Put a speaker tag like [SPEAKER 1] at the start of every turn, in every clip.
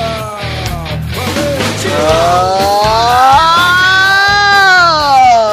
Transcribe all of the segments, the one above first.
[SPEAKER 1] Está
[SPEAKER 2] Ah!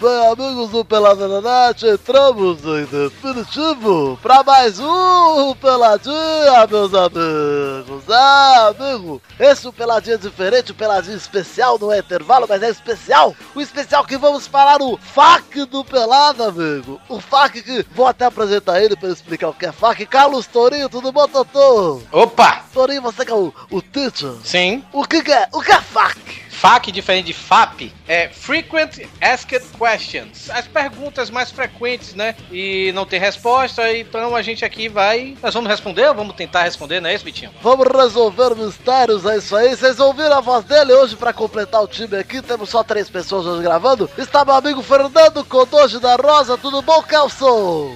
[SPEAKER 2] Bem, amigos do Pelada na Net, entramos em definitivo para mais um Peladinha, meus amigos. Ah, amigo, esse é um Peladinha é diferente, um Peladinha especial, não é intervalo, mas é especial. O especial que vamos falar o FAC do Pelada, amigo. O FAC que vou até apresentar ele para explicar o que é FAC. Carlos Torinho, tudo bom, Totô?
[SPEAKER 3] Opa!
[SPEAKER 2] Torinho, você que é o, o teacher.
[SPEAKER 3] Sim.
[SPEAKER 2] O que, que é? O que é FAC?
[SPEAKER 3] FAQ, diferente de FAP, é Frequent Asked Questions. As perguntas mais frequentes, né? E não tem resposta, então a gente aqui vai. Nós vamos responder, vamos tentar responder, não é isso, Bitinho?
[SPEAKER 2] Vamos resolver mistérios, é isso aí. Vocês ouviram a voz dele hoje pra completar o time aqui. Temos só três pessoas hoje gravando. Está meu amigo Fernando Codoge da Rosa. Tudo bom, Calson?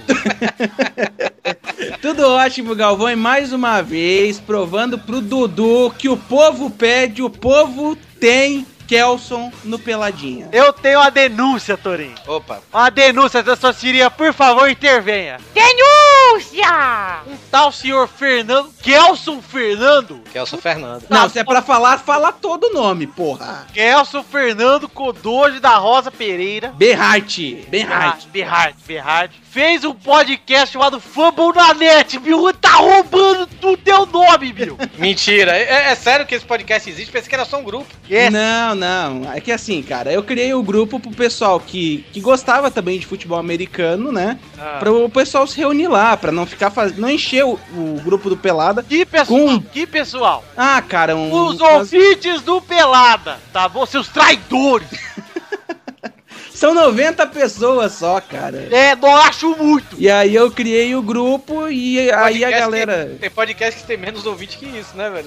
[SPEAKER 4] Tudo ótimo, Galvão, e mais uma vez provando pro Dudu que o povo pede, o povo tem Kelson no Peladinha.
[SPEAKER 5] Eu tenho uma denúncia, Torinho.
[SPEAKER 3] Opa.
[SPEAKER 5] Uma denúncia da sua Siria, por favor, intervenha.
[SPEAKER 6] Denúncia!
[SPEAKER 5] Um tal senhor Fernando, Kelson Fernando,
[SPEAKER 3] Kelson Fernando.
[SPEAKER 4] Não, se é pra falar, fala todo o nome, porra.
[SPEAKER 5] Kelson Fernando Codoge da Rosa Pereira.
[SPEAKER 4] Berrarte, Berrarte.
[SPEAKER 5] Berhard, Berhard. Fez um podcast chamado Fumble na Net, Bill. E tá roubando do teu nome, Bill.
[SPEAKER 3] Mentira. É, é sério que esse podcast existe? Pensei que era só um grupo.
[SPEAKER 5] Yes.
[SPEAKER 4] Não, não. É que assim, cara, eu criei o grupo pro pessoal que, que gostava também de futebol americano, né?
[SPEAKER 5] Ah.
[SPEAKER 4] Pra o pessoal se reunir lá, pra não ficar faz... não encher o, o grupo do Pelada.
[SPEAKER 5] Que pessoal,
[SPEAKER 4] Com-
[SPEAKER 5] que pessoal.
[SPEAKER 4] Ah, cara, um.
[SPEAKER 5] Os
[SPEAKER 4] umas-
[SPEAKER 5] ouvintes do Pelada, tá bom? Seus traidores.
[SPEAKER 4] São 90 pessoas só, cara.
[SPEAKER 5] É, não acho muito.
[SPEAKER 4] E aí eu criei o grupo e aí a
[SPEAKER 3] Podcast
[SPEAKER 4] galera.
[SPEAKER 3] que- tem podcast que tem menos ouvinte que isso, né, velho?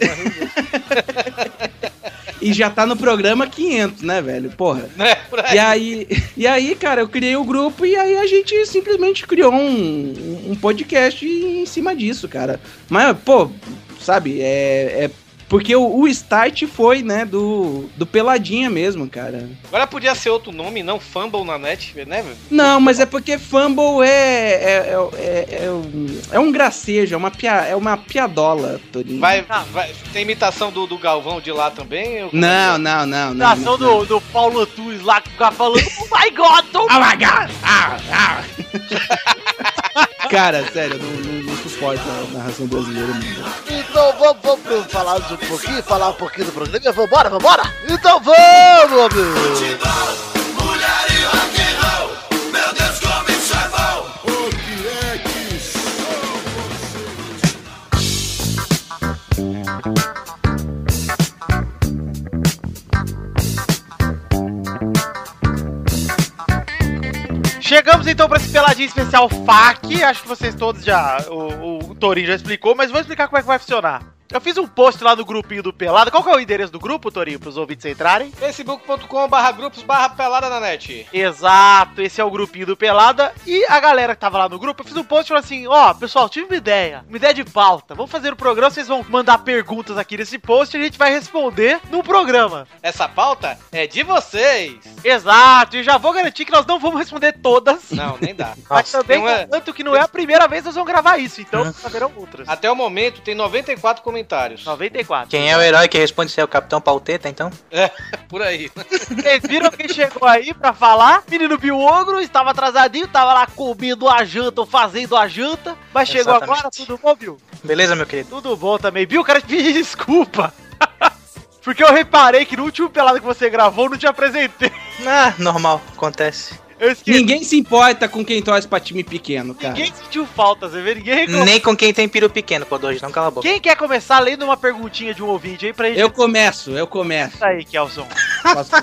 [SPEAKER 4] E já tá no programa 500, né, velho? Porra.
[SPEAKER 3] né? Por aí.
[SPEAKER 4] E aí, e aí, cara, eu criei o grupo e aí a gente simplesmente criou um, um podcast em cima disso, cara. Mas, pô, sabe, é. é porque o, o start foi, né, do, do Peladinha mesmo, cara.
[SPEAKER 3] Agora podia ser outro nome, não Fumble na net, né, velho?
[SPEAKER 4] Não, mas é porque Fumble é. É, é, é- é um, é um gracejo, é uma, pia, é uma piadola, Torinho.
[SPEAKER 3] Vai, vai- tem imitação do, do Galvão de lá também? Eu-
[SPEAKER 4] Não, não, não, não. não.
[SPEAKER 5] Ação do, do Paulo Antunes lá que ficava falando, oh my god, Tom
[SPEAKER 4] Oh my god! Ah, ah. Cara, sério, eu não, não, não suporto a narração brasileira. Não.
[SPEAKER 2] Então vamos, vamos falar de um pouquinho, falar um pouquinho do programa. Vambora, vambora! Então vamos, amigo!
[SPEAKER 1] o que é que
[SPEAKER 5] Chegamos então para esse peladinho especial FAC. Acho que vocês todos já. O, o Torinho já explicou, mas vou explicar como é que vai funcionar. Eu fiz um post lá no grupinho do Pelada. Qual que é o endereço do grupo, Torinho, para os ouvintes entrarem?
[SPEAKER 3] facebook.com barra grupos barra pelada na net.
[SPEAKER 5] Exato, esse é o grupinho do Pelada. E a galera que tava lá no grupo, eu fiz um post falando assim: ó, pessoal, tive uma ideia, uma ideia de pauta. Vamos fazer o programa, vocês vão mandar perguntas aqui nesse post e a gente vai responder no programa.
[SPEAKER 3] Essa pauta é de vocês.
[SPEAKER 5] Exato, e já vou garantir que nós não vamos responder todas.
[SPEAKER 3] Não, nem dá.
[SPEAKER 5] Mas também,
[SPEAKER 3] tem uma-
[SPEAKER 5] tanto que não é a primeira vez que nós vamos gravar isso, então haverão outras.
[SPEAKER 3] Até o momento tem 94 comentários.
[SPEAKER 5] 94.
[SPEAKER 7] Quem é o herói que responde se é o Capitão Pauteta, então?
[SPEAKER 3] Por aí.
[SPEAKER 5] Vocês viram quem chegou aí pra falar? Menino Biogro, estava atrasadinho, estava lá comendo a janta ou fazendo a janta, mas chegou
[SPEAKER 7] Exatamente.
[SPEAKER 5] agora, tudo bom, Bill?
[SPEAKER 7] Beleza, meu querido?
[SPEAKER 5] Tudo bom também. Bill, quero te pedir desculpa. Porque eu reparei que no último pelado que você gravou, eu não te apresentei.
[SPEAKER 7] Ah, normal, acontece.
[SPEAKER 5] Eu esqueci.
[SPEAKER 4] Ninguém se importa com quem torce pra time pequeno, cara.
[SPEAKER 5] Ninguém sentiu falta, você vê? Ninguém reclamou.
[SPEAKER 7] Nem com quem tem peru pequeno, Kodoji, não cala a boca.
[SPEAKER 5] Quem quer começar lendo uma perguntinha de um ouvinte aí pra gente?
[SPEAKER 4] Eu começo, eu começo.
[SPEAKER 5] Isso aí, Kelson.
[SPEAKER 4] Posso-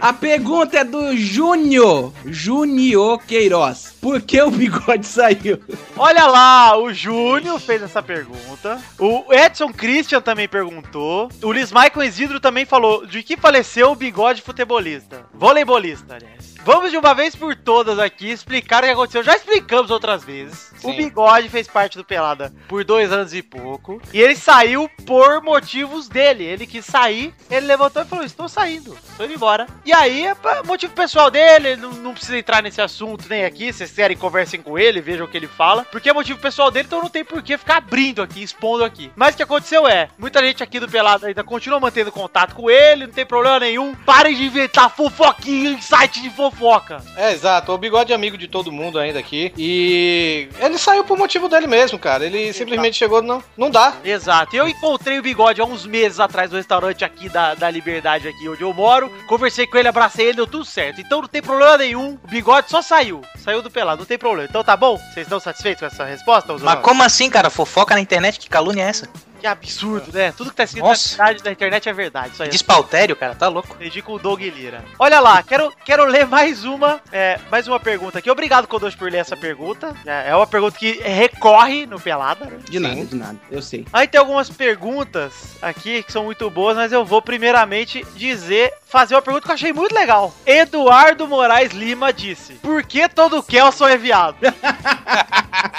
[SPEAKER 4] A pergunta é do Júnior, Júnior Queiroz. Por que o bigode saiu?
[SPEAKER 5] Olha lá, o Júnior fez essa pergunta. O Edson Christian também perguntou. O Lismai Isidro também falou de que faleceu o bigode futebolista. Voleibolista, aliás. Vamos de uma vez por todas aqui explicar o que aconteceu. Já explicamos outras vezes.
[SPEAKER 3] Sim.
[SPEAKER 5] O Bigode fez parte do Pelada por dois anos e pouco. E ele saiu por motivos dele. Ele quis sair, ele levantou e falou: Estou saindo, estou indo embora. E aí, é pra- motivo pessoal dele, ele não, não precisa entrar nesse assunto nem aqui. Vocês querem, conversem com ele, vejam o que ele fala. Porque é motivo pessoal dele, então não tem por que ficar abrindo aqui, expondo aqui. Mas o que aconteceu é: muita gente aqui do Pelada ainda continua mantendo contato com ele, não tem problema nenhum. Parem de inventar fofoquinha em site de fofoca.
[SPEAKER 3] É, exato. O Bigode é amigo de todo mundo ainda aqui. E ele saiu por motivo dele mesmo, cara. Ele simplesmente chegou, não, não dá.
[SPEAKER 5] Exato. Eu encontrei o Bigode há uns meses atrás no restaurante aqui da, da Liberdade, aqui onde eu moro. Conversei com ele, abracei ele, deu tudo certo. Então não tem problema nenhum. O Bigode só saiu. Saiu do pelado, não tem problema. Então tá bom? Vocês estão satisfeitos com essa resposta, Osório?
[SPEAKER 7] Mas como assim, cara? Fofoca na internet? Que calúnia é essa?
[SPEAKER 5] Que absurdo, né? Tudo que tá escrito
[SPEAKER 7] Nossa.
[SPEAKER 5] na, verdade, na internet é verdade. Isso aí.
[SPEAKER 7] Despautério, cara? Tá louco?
[SPEAKER 5] Aprendi com o Doug Lira. Olha lá, quero, quero ler mais uma, é, mais uma pergunta aqui. Obrigado, Kodosh, por ler essa pergunta. É é uma pergunta que recorre no Pelada. né?
[SPEAKER 4] De nada, de nada. Eu sei.
[SPEAKER 5] Aí tem algumas perguntas aqui que são muito boas, mas eu vou primeiramente dizer, fazer uma pergunta que eu achei muito legal. Eduardo Moraes Lima disse: Por que todo Kelson é viado?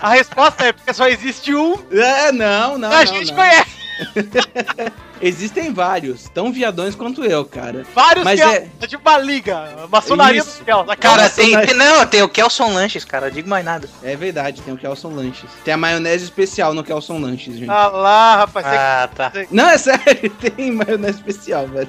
[SPEAKER 5] A resposta é porque só existe um.
[SPEAKER 4] É, não, não.
[SPEAKER 5] a
[SPEAKER 4] não,
[SPEAKER 5] gente
[SPEAKER 4] não.
[SPEAKER 5] conhece
[SPEAKER 4] Existem vários, tão viadões quanto eu, cara.
[SPEAKER 5] vários
[SPEAKER 4] Mas
[SPEAKER 5] Kelson. É... tipo uma liga. A maçonaria
[SPEAKER 4] Isso.
[SPEAKER 5] do Kelson.
[SPEAKER 7] Cara,
[SPEAKER 4] Nossa,
[SPEAKER 7] tem,
[SPEAKER 4] mas-
[SPEAKER 7] tem- Não, tem o Kelson Lanches, cara. Eu digo mais nada.
[SPEAKER 4] É verdade, tem o Kelson Lanches. Tem a maionese especial no Kelson Lanches, gente.
[SPEAKER 5] Ah lá, rapaz. você-
[SPEAKER 7] Ah, tá.
[SPEAKER 4] Não, é sério, tem maionese especial, velho.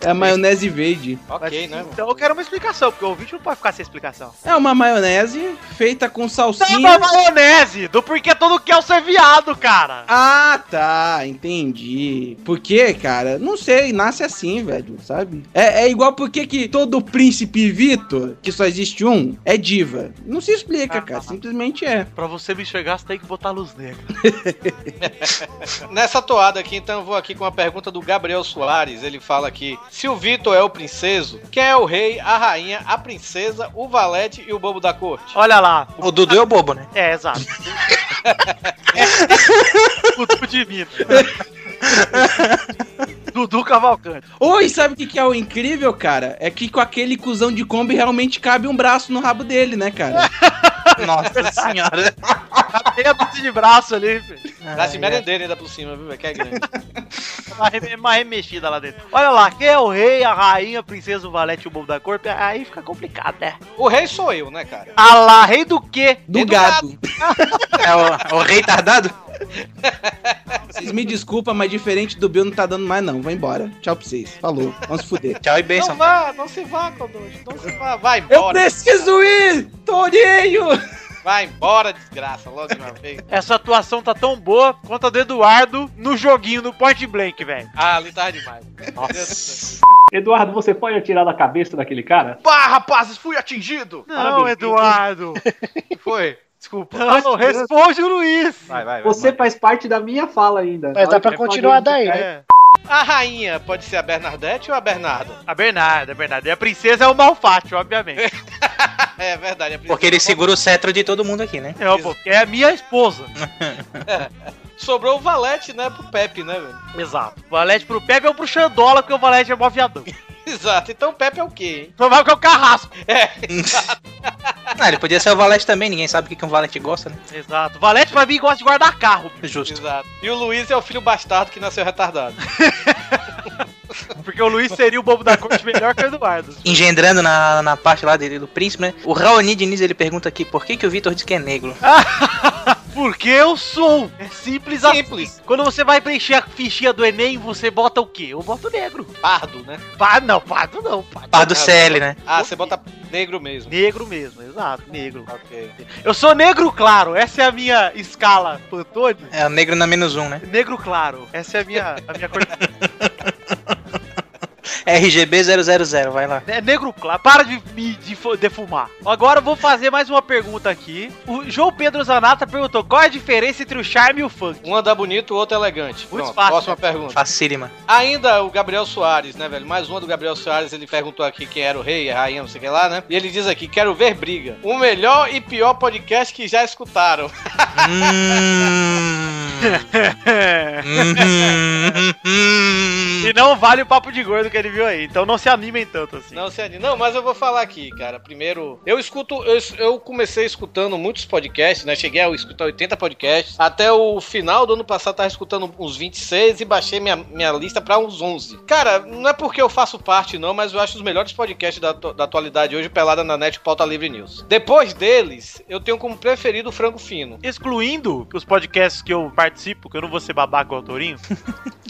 [SPEAKER 4] É a maionese verde.
[SPEAKER 3] Ok, né, mano?
[SPEAKER 5] Então eu quero uma explicação, porque o ouvinte não pode ficar sem explicação.
[SPEAKER 4] É uma maionese feita com
[SPEAKER 5] Tem
[SPEAKER 4] salsinha.
[SPEAKER 5] uma maionese do porquê todo Kelson é viado, cara.
[SPEAKER 4] Ah, tá, entendi. Por quê, cara? Não sei, nasce assim, velho, sabe? É, é igual porque que todo príncipe Vitor, que só existe um, é diva. Não se explica,
[SPEAKER 5] Ah,
[SPEAKER 4] cara,
[SPEAKER 5] ah, ah.
[SPEAKER 4] simplesmente é.
[SPEAKER 5] Pra você me enxergar, você tem que botar luz negra.
[SPEAKER 3] Nessa toada aqui, então, eu vou aqui com uma pergunta do Gabriel Soares. Ele fala aqui: se o Vitor é o princeso, quem é o rei, a rainha, a princesa, o valete e o bobo da corte?
[SPEAKER 5] Olha lá.
[SPEAKER 7] O Dudu é o bobo, né?
[SPEAKER 5] É, exato. Dudu de Minas. Dudu Cavalcante.
[SPEAKER 4] Oi, sabe o que, que é o incrível, cara? É que com aquele cuzão de Kombi realmente cabe um braço no rabo dele, né, cara?
[SPEAKER 7] Nossa senhora.
[SPEAKER 5] Tem a base de braço ali, filho.
[SPEAKER 7] Ah,
[SPEAKER 3] Dá-se merendeira ainda por cima, viu? É que é grande.
[SPEAKER 5] Uma reme- uma remexida lá dentro. Olha lá, quem é o rei, a rainha, a princesa, o valete, o bobo da corpo? Aí fica complicado, né?
[SPEAKER 3] o rei sou eu, né, cara?
[SPEAKER 5] Ah lá, rei do quê?
[SPEAKER 4] Do
[SPEAKER 3] E do
[SPEAKER 4] gado.
[SPEAKER 7] É o, o rei tardado?
[SPEAKER 4] Vocês me desculpam, mas diferente do Bill não tá dando mais, não. Vou embora. Tchau pra vocês. Falou. Vamos se fuder.
[SPEAKER 7] Tchau e
[SPEAKER 3] Não
[SPEAKER 7] bênção.
[SPEAKER 3] vá, não se vá, Codojo. Não se vá. Vai
[SPEAKER 4] Eu
[SPEAKER 3] embora.
[SPEAKER 4] preciso ir, Toninho!
[SPEAKER 3] Vai embora, desgraça, logo de uma vez.
[SPEAKER 5] Essa atuação tá tão boa quanto a do Eduardo no joguinho, no Point Blank, velho.
[SPEAKER 3] Ah, ali tá demais.
[SPEAKER 8] Eduardo, você pode atirar da cabeça daquele cara?
[SPEAKER 1] Pá, rapazes, fui atingido!
[SPEAKER 5] Não, Eduardo.
[SPEAKER 3] Foi. Desculpa.
[SPEAKER 5] Não, não, responde o Luiz.
[SPEAKER 3] Vai, vai, vai.
[SPEAKER 8] Você faz parte da minha fala ainda.
[SPEAKER 9] Mas dá pra
[SPEAKER 8] um
[SPEAKER 9] continuar daí, né?
[SPEAKER 5] É.
[SPEAKER 3] A rainha pode ser a Bernadette ou a Bernarda?
[SPEAKER 5] A Bernarda, a Bernarda. E a princesa é o Malfátio, obviamente.
[SPEAKER 3] É verdade. A princesa
[SPEAKER 7] Porque ele
[SPEAKER 3] não-
[SPEAKER 7] segura o cetro de todo mundo aqui, né?
[SPEAKER 5] É, pô, porque é a minha esposa.
[SPEAKER 3] Sobrou o valete, né, pro Pepe, né, velho?
[SPEAKER 5] Exato. O Valete pro Pepe ou pro Xandola, porque o Valete é mó viadão.
[SPEAKER 3] Exato. Então o Pepe é o quê, hein?
[SPEAKER 5] Provável que é o Carrasco.
[SPEAKER 7] Não, Ah, ele podia ser o valete também. Ninguém sabe o que que um valete gosta, né?
[SPEAKER 5] Exato. O Valete pra mim gosta de guardar carro,
[SPEAKER 7] Justo.
[SPEAKER 3] Exato. E o Luiz é o filho bastardo que nasceu retardado.
[SPEAKER 5] porque o Luiz seria o bobo da corte melhor que o Eduardo.
[SPEAKER 7] Engendrando na, na parte lá dele do príncipe, né? O Raoni Diniz, ele pergunta aqui, por que que o Vitor diz que é negro?
[SPEAKER 5] Porque eu sou. É simples assim.
[SPEAKER 3] Simples.
[SPEAKER 5] Quando você vai preencher a fichinha do Enem, você bota o quê? Eu boto negro.
[SPEAKER 3] Pardo, né?
[SPEAKER 5] Pá, não, pardo não, pardo.
[SPEAKER 7] Par do CL, né?
[SPEAKER 3] Ah, você bota negro mesmo.
[SPEAKER 5] Negro mesmo, exato, negro.
[SPEAKER 3] Ok.
[SPEAKER 5] Eu sou negro claro, essa é a minha escala Pantone.
[SPEAKER 7] É o negro na menos um, né?
[SPEAKER 5] Negro claro, essa é a minha, a minha cor.
[SPEAKER 7] RGB 000, vai lá.
[SPEAKER 5] É negro claro, para de me difo- defumar. Agora eu vou fazer mais uma pergunta aqui. O João Pedro Zanata perguntou qual é a diferença entre o charme e o funk.
[SPEAKER 3] Um anda bonito, o outro elegante.
[SPEAKER 5] Muito
[SPEAKER 3] Pronto,
[SPEAKER 5] fácil,
[SPEAKER 3] próxima
[SPEAKER 5] né?
[SPEAKER 3] pergunta.
[SPEAKER 7] Facílima.
[SPEAKER 3] Ainda o Gabriel Soares, né, velho? Mais uma do Gabriel Soares, ele perguntou aqui quem era o rei, a rainha, não sei o que lá, né? E ele diz aqui: quero ver briga. O melhor e pior podcast que já escutaram.
[SPEAKER 7] Hum. Hum.
[SPEAKER 5] e não vale o papo de gordo que ele viu aí. Então não se animem tanto assim.
[SPEAKER 3] Não, Ciani, não, mas eu vou falar aqui, cara. Primeiro, eu escuto, eu, eu comecei escutando muitos podcasts, né? Cheguei a escutar 80 podcasts. Até o final do ano passado tava escutando uns 26 e baixei minha, minha lista pra uns 11. Cara, não é porque eu faço parte, não, mas eu acho os melhores podcasts da, atu- da atualidade hoje, pelada na net, pauta livre news. Depois deles, eu tenho como preferido o frango fino.
[SPEAKER 5] Excluindo os podcasts que eu participo, que eu não vou ser babaca igual o Torinho,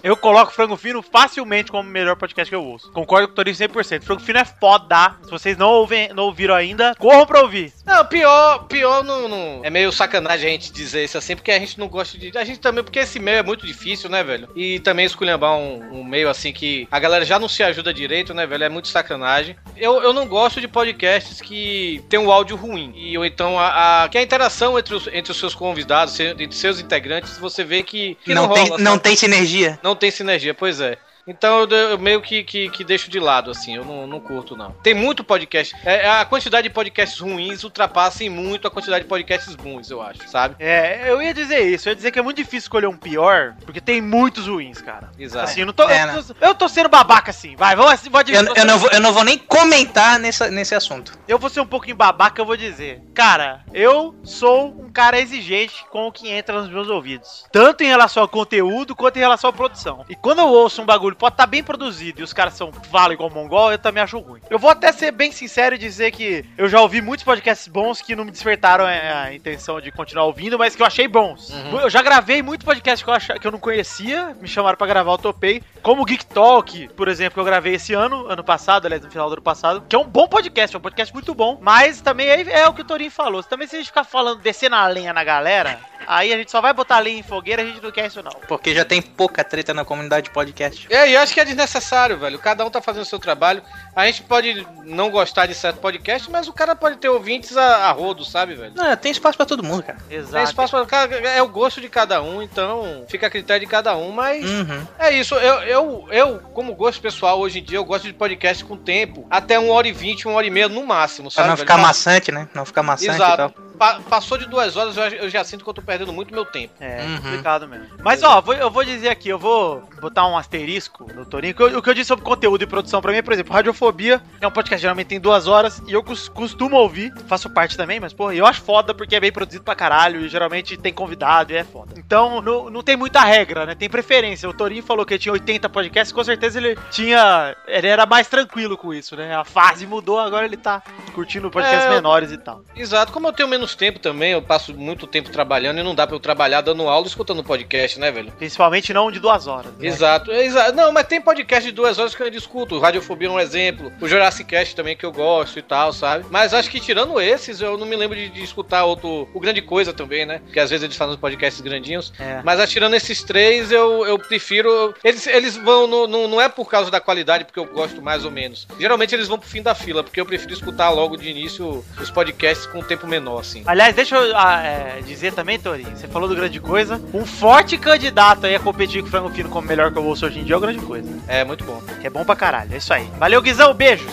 [SPEAKER 5] eu coloco o Frango Fino facilmente como o melhor podcast que eu ouço. Concordo com o Torinho 100%. Frango Fino é foda. Se vocês não, ouvem, não ouviram ainda, corram pra ouvir.
[SPEAKER 3] Não, pior, pior não, não- É meio sacanagem a gente dizer isso assim, porque a gente não gosta de. A gente também, porque esse meio é muito difícil, né, velho? E também esculhambar um, um meio assim que a galera já não se ajuda direito, né, velho? É muito sacanagem. Eu, eu não gosto de podcasts que tem um áudio ruim. E ou então a, a- que a interação entre os, entre os seus convidados, se- entre seus integrantes, você vê que, que
[SPEAKER 7] não, tem,
[SPEAKER 3] rola,
[SPEAKER 7] não
[SPEAKER 3] sabe?
[SPEAKER 7] tem sinergia.
[SPEAKER 3] Não tem sinergia, pois é. Então eu, de- eu meio que, que, que deixo de lado, assim, eu não, não curto, não. Tem muito podcast. é, a quantidade de podcasts ruins ultrapassa em muito a quantidade de podcasts bons, eu acho, sabe?
[SPEAKER 5] É, eu ia dizer isso. Eu ia dizer que é muito difícil escolher um pior, porque tem muitos ruins, cara.
[SPEAKER 3] Exato.
[SPEAKER 5] Assim, eu não tô,
[SPEAKER 7] É,
[SPEAKER 5] eu, tô, eu tô sendo babaca, assim. Vai, vamos assim, pode
[SPEAKER 7] Eu, eu
[SPEAKER 3] é
[SPEAKER 7] não vou, eu não vou nem comentar nessa, nesse assunto.
[SPEAKER 5] Eu vou ser um pouquinho babaca, eu vou dizer. Cara, eu sou um cara exigente com o que entra nos meus ouvidos. Tanto em relação ao conteúdo, quanto em relação à produção. E quando eu ouço um bagulho, pode estar bem produzido e os caras são fala igual mongol, eu também acho ruim. Eu vou até ser bem sincero e dizer que eu já ouvi muitos podcasts bons que não me despertaram é, a intenção de continuar ouvindo, mas que eu achei bons.
[SPEAKER 3] Uhum.
[SPEAKER 5] Eu já gravei muito podcast que eu, acha- que eu não conhecia, me chamaram pra gravar, eu topei. Como o Geek Talk, por exemplo, que eu gravei esse ano, ano passado, aliás, no final do ano passado, que é um bom podcast, é um podcast muito bom, mas também é, é o que o Torinho falou. Também se a gente ficar falando, descendo a lenha na galera, aí a gente só vai botar lenha em fogueira, a gente não quer isso não.
[SPEAKER 7] Porque já tem pouca treta na comunidade podcast.
[SPEAKER 3] É, e eu acho que é desnecessário, velho. Cada um tá fazendo o seu trabalho. A gente pode não gostar de certo podcast, mas o cara pode ter ouvintes a, a rodo, sabe, velho?
[SPEAKER 7] Não, tem espaço pra todo mundo, cara.
[SPEAKER 3] Tem
[SPEAKER 5] Exato.
[SPEAKER 3] espaço pra, cara, é o gosto de cada um, então fica a critério de cada um, mas
[SPEAKER 7] Uhum.
[SPEAKER 3] É isso, eu, eu, eu, como gosto pessoal, hoje em dia eu gosto de podcast com tempo, até 1 hora e 20, 1 hora e meia no máximo,
[SPEAKER 7] Pra
[SPEAKER 3] sabe?
[SPEAKER 7] não
[SPEAKER 3] velho?
[SPEAKER 7] ficar
[SPEAKER 3] Pa-
[SPEAKER 7] maçante, né? Não ficar maçante e tal.
[SPEAKER 3] Exato. Pa- passou de duas horas, eu, já- eu já sinto que eu tô perdendo muito meu tempo.
[SPEAKER 5] É,
[SPEAKER 7] Uhum.
[SPEAKER 5] complicado mesmo. Mas, ó, vou- eu vou dizer aqui, eu vou botar um asterisco no Torinho. que eu- O que eu disse sobre conteúdo e produção pra mim, é, por exemplo, Radiofobia é um podcast que geralmente tem duas horas e eu cos- costumo ouvir, faço parte também, mas, porra, eu acho foda porque é bem produzido pra caralho e geralmente tem convidado e é foda. Então, não, não tem muita regra, né? Tem preferência. O Torinho falou que tinha 80 podcasts, com certeza ele tinha. Ele era mais tranquilo com isso, né? A fase mudou, agora ele tá curtindo podcasts
[SPEAKER 3] É, eu-
[SPEAKER 5] menores e tal.
[SPEAKER 3] Exato, como eu tenho menos tempo também, eu passo muito tempo trabalhando e não dá pra eu trabalhar dando aula e escutando podcast, né, velho?
[SPEAKER 5] Principalmente não de duas horas. né?
[SPEAKER 3] Exato, é, exato. Não, mas tem podcast de duas horas que eu ainda escuto. O Radiofobia é um exemplo. O Jurassic Cast também que eu gosto e tal, sabe? Mas acho que tirando esses, eu não me lembro de, de escutar outro. O Grande Coisa também, né? Porque às vezes eles fazem uns podcasts grandinhos.
[SPEAKER 5] É.
[SPEAKER 3] Mas atirando esses três, eu, eu prefiro. Eles, eles vão. No, no- não é por causa da qualidade, porque eu gosto mais ou menos. Geralmente eles vão pro fim da fila, porque eu prefiro escutar logo de início os podcasts com um tempo menor, assim.
[SPEAKER 5] Aliás, deixa eu ah, é, dizer também, Torinho, você falou do Grande Coisa. Um forte candidato aí a competir com o Frango Fino como o melhor que eu ouço hoje em dia é o Grande Coisa.
[SPEAKER 3] É muito bom.
[SPEAKER 5] Que é bom pra caralho, é isso aí. Valeu, Guizão, beijos.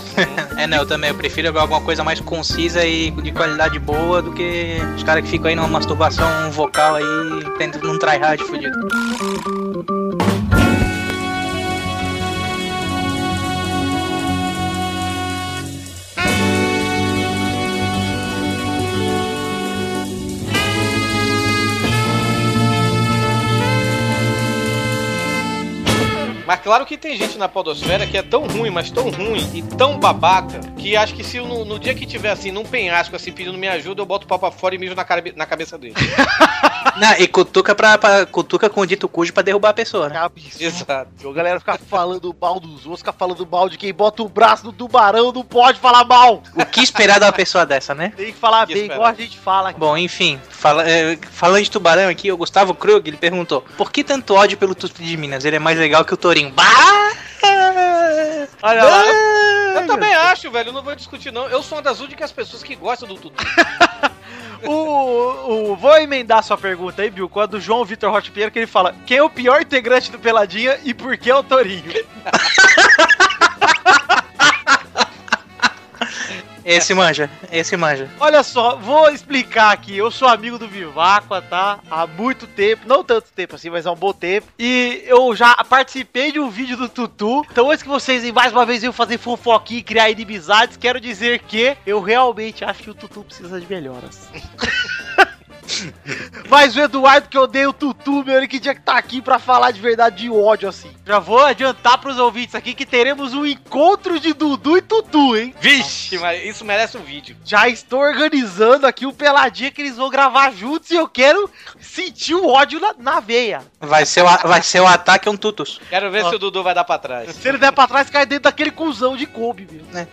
[SPEAKER 7] É, não, eu também. Eu prefiro alguma coisa mais concisa e de qualidade boa do que os caras que ficam aí numa masturbação um vocal aí, tentando um tryhard fudido.
[SPEAKER 3] Mas claro que tem gente na podosfera que é tão ruim, mas tão ruim e tão babaca que acho que se no, no dia que tiver assim, num penhasco, assim, pedindo me ajuda, eu boto o pau pra fora e mijo na, cara- na cabeça dele.
[SPEAKER 7] Não, e cutuca, pra, pra- cutuca com o dito cujo pra derrubar a pessoa,
[SPEAKER 5] É
[SPEAKER 7] né?
[SPEAKER 3] Exato.
[SPEAKER 2] A galera fica falando mal dos outros, fica falando mal de quem bota o braço no tubarão, não pode falar mal.
[SPEAKER 7] O que esperar de uma pessoa dessa, né?
[SPEAKER 5] Tem que falar
[SPEAKER 3] Que
[SPEAKER 5] bem,
[SPEAKER 3] espera.
[SPEAKER 5] igual a gente fala. aqui.
[SPEAKER 7] Bom, enfim, fala- é, falando de tubarão aqui, o Gustavo Krug, ele perguntou Por que tanto ódio pelo Tupi de Minas? Ele é mais legal que o Torinho. Bah!
[SPEAKER 5] Olha lá.
[SPEAKER 3] Eu também acho, velho. Eu não vou discutir, não. Eu sou uma das únicas pessoas que gostam do Tutu.
[SPEAKER 5] O, o- vou emendar sua pergunta aí, Bill, com a do João Vitor Rocha Pinheiro, que ele fala: quem é o pior integrante do Peladinha e por que é o Torinho?
[SPEAKER 7] Esse manja, esse manja.
[SPEAKER 5] Olha só, vou explicar aqui. Eu sou amigo do Viváqua, tá? Há muito tempo, não tanto tempo assim, mas há um bom tempo. E eu já participei de um vídeo do Tutu. Então, antes que vocês mais uma vez venham fazer fofoquinha e criar inimizades, quero dizer que eu realmente acho que o Tutu precisa de melhoras. Mas o Eduardo que odeia o Tutu, meu, ele que tinha que estar aqui pra falar de verdade de ódio, assim. Já vou adiantar pros ouvintes aqui que teremos um encontro de Dudu e Tutu, hein?
[SPEAKER 3] Vixe, mas isso merece um vídeo.
[SPEAKER 5] Já estou organizando aqui um peladinha que eles vão gravar juntos e eu quero sentir o ódio na, na veia.
[SPEAKER 7] Vai ser, o, a- vai ser o ataque a um tutus.
[SPEAKER 3] Quero ver
[SPEAKER 5] Ó.
[SPEAKER 3] se o Dudu vai dar pra trás.
[SPEAKER 5] Se ele der pra trás, cai dentro daquele cuzão de Kobe, meu.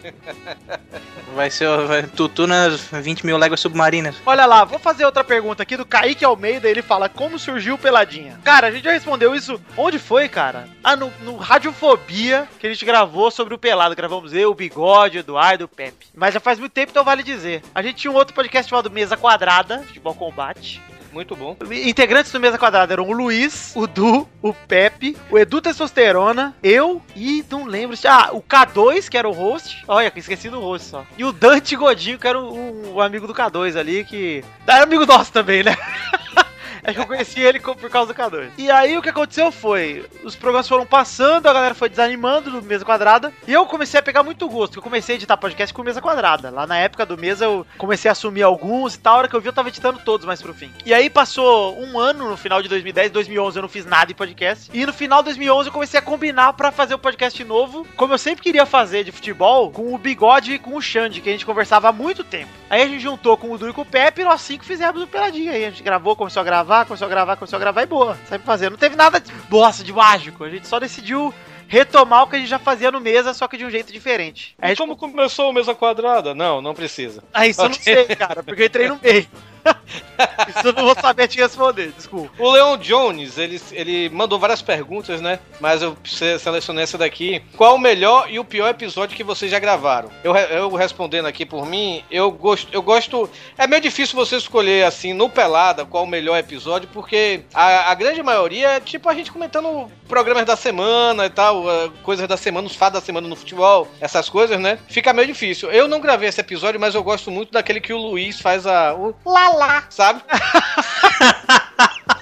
[SPEAKER 7] Vai ser o vai- tutu nas 20 mil léguas submarinas.
[SPEAKER 5] Olha lá, vou fazer outra pergunta aqui do Kaique Almeida. Ele fala: Como surgiu o Peladinha? Cara, a gente já respondeu isso. Onde foi, cara? Ah, no, no Radiofobia que a gente gravou sobre o Pelado. Gravamos eu, o Bigode, o Eduardo, o Pepe. Mas já faz muito tempo, então vale dizer. A gente tinha um outro podcast chamado Mesa Quadrada, Futebol Combate.
[SPEAKER 3] Muito bom.
[SPEAKER 5] Integrantes do Mesa Quadrada eram o Luiz, o Du, o Pepe, o Edu Testosterona, eu e não lembro. se- Ah, o K2, que era o host. Olha, esqueci do host só. E o Dante Godinho, que era o, o amigo do K2 ali, que. Era amigo nosso também, né? É que eu conheci ele co- por causa do K2. E aí o que aconteceu foi, os programas foram passando, a galera foi desanimando do Mesa Quadrada, e eu comecei a pegar muito gosto, que eu comecei a editar podcast com Mesa Quadrada. Lá na época do Mesa eu comecei a assumir alguns e tal, a hora que eu vi eu tava editando todos mais pro fim. E aí passou um ano, no final de 2010, 2011 eu não fiz nada em podcast, e no final de 2011 eu comecei a combinar pra fazer o podcast novo, como eu sempre queria fazer de futebol, com o Bigode e com o Xande, que a gente conversava há muito tempo. Aí a gente juntou com o Du e com o Pepe e nós cinco fizemos o Peladinha. Aí a gente gravou, começou a gravar, começou a gravar, começou a gravar e boa. Sabe fazer. Não teve nada, de, nossa, de mágico. A gente só decidiu retomar o que a gente já fazia no mesa, só que de um jeito diferente. Aí a
[SPEAKER 3] E
[SPEAKER 5] gente-
[SPEAKER 3] como começou o Mesa Quadrada? Não, não precisa.
[SPEAKER 5] Ah, isso eu não
[SPEAKER 3] Ok.
[SPEAKER 5] sei, cara, porque eu entrei no meio. isso eu não vou saber te responder, desculpa.
[SPEAKER 3] O Leon Jones, ele, ele mandou várias perguntas, né? Mas eu se- selecionei essa daqui. Qual o melhor e o pior episódio que vocês já gravaram? Eu, re- eu respondendo aqui por mim, eu gosto, eu gosto. É meio difícil você escolher assim no pelada qual o melhor episódio, porque a, a grande maioria é tipo a gente comentando programas da semana e tal, eh, coisas da semana, os fatos da semana no futebol, essas coisas, né? Fica meio difícil. Eu não gravei esse episódio, mas eu gosto muito daquele que o Luiz faz a o
[SPEAKER 6] Lalá.
[SPEAKER 3] sabe?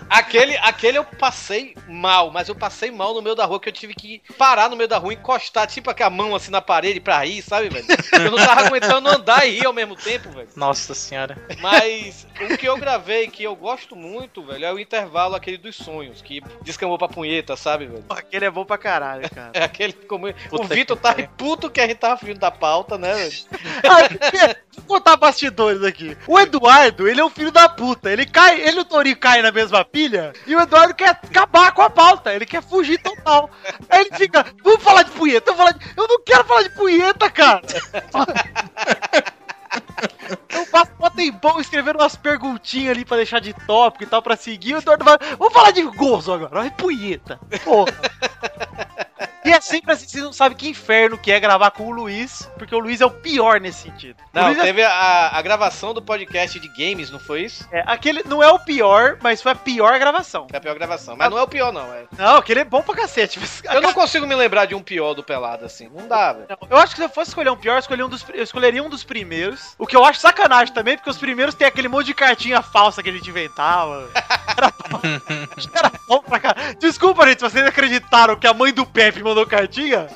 [SPEAKER 3] Aquele, aquele eu passei mal, mas eu passei mal no meio da rua que eu tive que parar no meio da rua, encostar, tipo com a mão assim na parede pra rir, sabe, velho? Eu não tava aguentando andar e rir ao mesmo tempo, velho.
[SPEAKER 7] Nossa senhora.
[SPEAKER 3] Mas o que eu gravei que eu gosto muito, velho, é o intervalo aquele dos sonhos, que descambou pra punheta, sabe, velho?
[SPEAKER 5] Pô, Aquele é bom pra caralho, cara.
[SPEAKER 3] É aquele que ficou muito. O
[SPEAKER 7] Puta
[SPEAKER 3] Vitor
[SPEAKER 7] que
[SPEAKER 3] tava
[SPEAKER 7] pariu.
[SPEAKER 3] puto que a gente tava fugindo da pauta, né, velho?
[SPEAKER 5] Ah, porque- Vou contar bastidores aqui. O Eduardo, ele é um filho da puta. Ele cai, ele e o Torinho caem na mesma pilha e o Eduardo quer acabar com a pauta. Ele quer fugir total. Aí ele fica, vamos falar de punheta, vamos falar de... Eu não quero falar de punheta, cara. Eu passo um tempão escrevendo umas perguntinhas ali pra deixar de tópico e tal, pra seguir. O Eduardo vai, vamos falar de gozo agora. Olha, punheta. Porra. E é sempre assim, vocês não sabem que inferno que é gravar com o Luiz, porque o Luiz é o pior nesse sentido. o
[SPEAKER 3] Não,
[SPEAKER 5] Luiz é
[SPEAKER 3] teve a, a gravação do podcast de games, não foi isso?
[SPEAKER 5] é, aquele não é o pior, mas foi a pior gravação.
[SPEAKER 3] É a pior gravação. Mas não é o pior, não, é.
[SPEAKER 5] Não, aquele é bom pra cacete. mas-
[SPEAKER 3] Eu não consigo me lembrar de um pior do pelado, assim. Não dá, velho.
[SPEAKER 5] Eu acho que se eu fosse escolher um pior, eu, escolhi um dos, eu escolheria um dos primeiros. O que eu acho sacanagem também, porque os primeiros tem aquele monte de cartinha falsa que ele te inventava. Era bom, era bom pra caralho. Desculpa, gente, se vocês acreditaram que a mãe do Pepe mandou cartinha.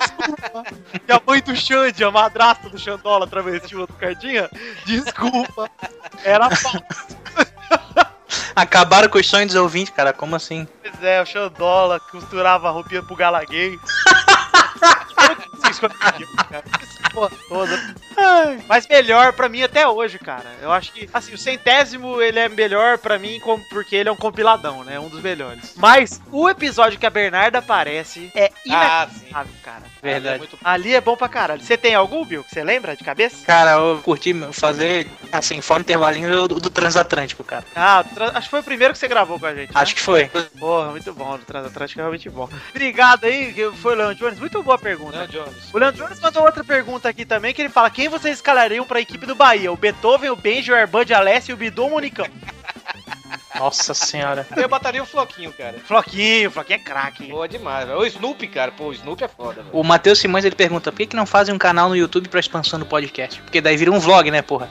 [SPEAKER 5] Desculpa. E a mãe do Xande, a madrasta do Xandola, travesti, mandou cartinha. Desculpa. Era falsa.
[SPEAKER 7] Acabaram com os sonhos dos ouvintes, cara. Como assim?
[SPEAKER 5] Pois é, o Xandola costurava a roupinha pro Galaguei. Mas melhor pra mim até hoje, cara. Eu acho que, assim, o centésimo ele é melhor pra mim como- porque ele é um compiladão, né? Um dos melhores. Mas o episódio que a Bernarda aparece é
[SPEAKER 3] Ah, sim.
[SPEAKER 5] inacreditável, cara.
[SPEAKER 3] Verdade.
[SPEAKER 5] Ali é bom pra caralho. Você tem algum, Bill, que você lembra de cabeça?
[SPEAKER 7] Cara, eu curti fazer, assim, fora o intervalinho do, do transatlântico, cara.
[SPEAKER 5] Ah, o Trans- acho que foi o primeiro que você gravou com a gente. né?
[SPEAKER 7] Acho que foi.
[SPEAKER 5] Porra, muito bom. Do Transatlântico é realmente bom. Obrigado aí, que foi o Leandro Jones. Muito boa pergunta.
[SPEAKER 3] Não, né, Jones.
[SPEAKER 5] O Leandro Jones mandou outra pergunta aqui também, que ele fala: quem vocês escalariam pra equipe do Bahia? O Beethoven, o Benji, o Herban de Alessio e o Bidon Monicão.
[SPEAKER 7] Nossa senhora.
[SPEAKER 3] Eu botaria o Floquinho, cara.
[SPEAKER 5] Floquinho, Floquinho é craque. hein?
[SPEAKER 3] Boa demais, velho. O Snoopy, cara. Pô, o Snoopy é foda, velho.
[SPEAKER 7] O Matheus Simões ele pergunta: por que, que não fazem um canal no YouTube pra expansão do podcast? Porque daí vira um vlog, né, porra?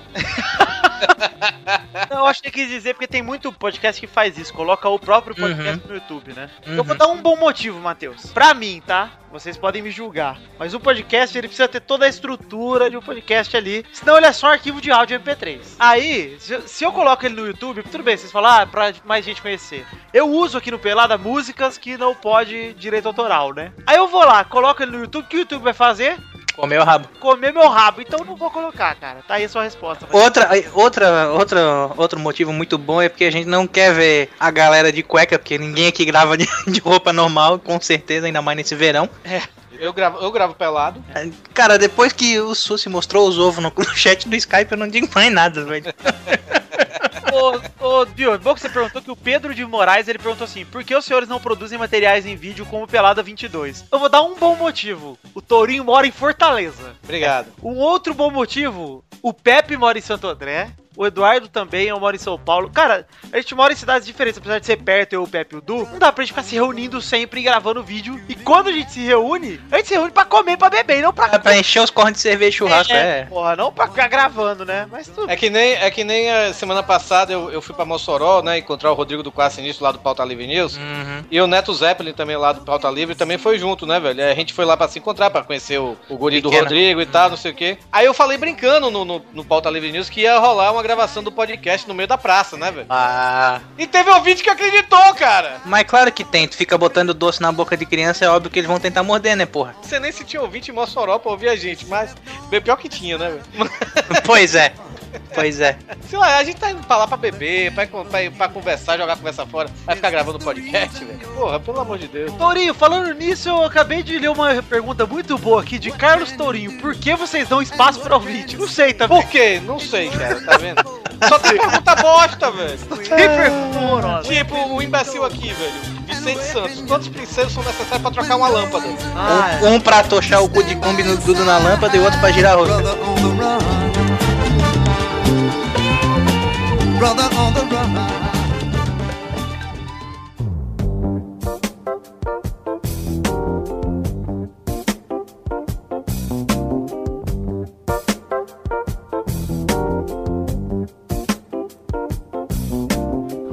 [SPEAKER 5] Não, eu acho que ele quis dizer porque tem muito podcast que faz isso, coloca o próprio podcast no YouTube, né? Eu vou
[SPEAKER 7] Uhum.
[SPEAKER 5] dar um bom motivo, Matheus. Pra mim, tá? Vocês podem me julgar. Mas o podcast, ele precisa ter toda a estrutura de um podcast ali. Senão ele é só um arquivo de áudio MP3. Aí, se eu, se eu coloco ele no YouTube, tudo bem, vocês falam, ah, pra mais gente conhecer. Eu uso aqui no Pelada músicas que não pode direito autoral, né? Aí eu vou lá, coloco ele no YouTube, o que o YouTube vai fazer?
[SPEAKER 7] Comeu o rabo.
[SPEAKER 5] Comer meu rabo. Então eu não vou colocar, cara. Tá aí a sua resposta. Matheus.
[SPEAKER 7] Outra, aí, outra, outra, outro motivo muito bom é porque a gente não quer ver a galera de cueca, porque ninguém aqui grava de, de roupa normal, com certeza, ainda mais nesse verão.
[SPEAKER 3] Eu gravo, eu gravo pelado.
[SPEAKER 7] Cara, depois que o Susi mostrou os ovos no, no chat do Skype, eu não digo mais nada, velho.
[SPEAKER 5] Ô, ô Dio, é bom que você perguntou que o Pedro de Moraes, ele perguntou assim, por que os senhores não produzem materiais em vídeo como o Pelada 22? Eu vou dar um bom motivo. O Tourinho mora em Fortaleza.
[SPEAKER 3] Obrigado.
[SPEAKER 5] Um outro bom motivo, o Pepe mora em Santo André. O Eduardo também, eu moro em São Paulo. Cara, a gente mora em cidades diferentes, apesar de ser perto, eu, o Pepe e o Du. Não dá pra gente ficar se reunindo sempre e gravando vídeo. E quando a gente se reúne, a gente se reúne pra comer, pra beber, e não pra...
[SPEAKER 7] É pra encher os cornos de cerveja e churrasco, é.
[SPEAKER 5] Porra, não pra ficar gravando, né? Mas tudo
[SPEAKER 3] É que nem, é que nem a semana passada eu, eu fui pra Mossoró, né? Encontrar o Rodrigo do Quase Sinistro lá do Pauta Livre News.
[SPEAKER 7] Uhum.
[SPEAKER 3] E o Neto Zeppelin também lá do Pauta Livre também foi junto, né, velho? A gente foi lá pra se encontrar, pra conhecer o, o guri do
[SPEAKER 7] Pequena.
[SPEAKER 3] Rodrigo e tal, não sei o quê. Aí eu falei brincando no, no, no Pauta Livre News que ia rolar uma gravação do podcast no meio da praça, né, velho?
[SPEAKER 7] Ah.
[SPEAKER 3] E teve ouvinte que acreditou, cara!
[SPEAKER 7] Mas claro que tem, tu fica botando doce na boca de criança, é óbvio que eles vão tentar morder, né, porra?
[SPEAKER 3] Não sei nem se tinha ouvinte em Mossoró pra ouvir a gente, mas bem pior que tinha, né, velho?
[SPEAKER 7] pois é. Pois é.
[SPEAKER 3] Sei lá, a gente tá indo pra lá pra beber, pra, encon- pra, pra conversar, jogar conversa fora, vai ficar gravando podcast, velho. Porra, pelo amor de Deus.
[SPEAKER 5] Tourinho, falando nisso, eu acabei de ler uma pergunta muito boa aqui de Carlos Tourinho. Por que vocês dão espaço para ouvinte? Não sei, tá bom?
[SPEAKER 3] Por quê? Não sei, cara, tá vendo? Só tem pergunta bosta, velho. Tipo, o imbecil aqui, velho. Vicente Santos. Quantos pincéis são necessários pra trocar uma lâmpada?
[SPEAKER 5] Ah,
[SPEAKER 7] Um, um pra atochar o cu de Kombi no Dudu na lâmpada e outro pra girar a roda.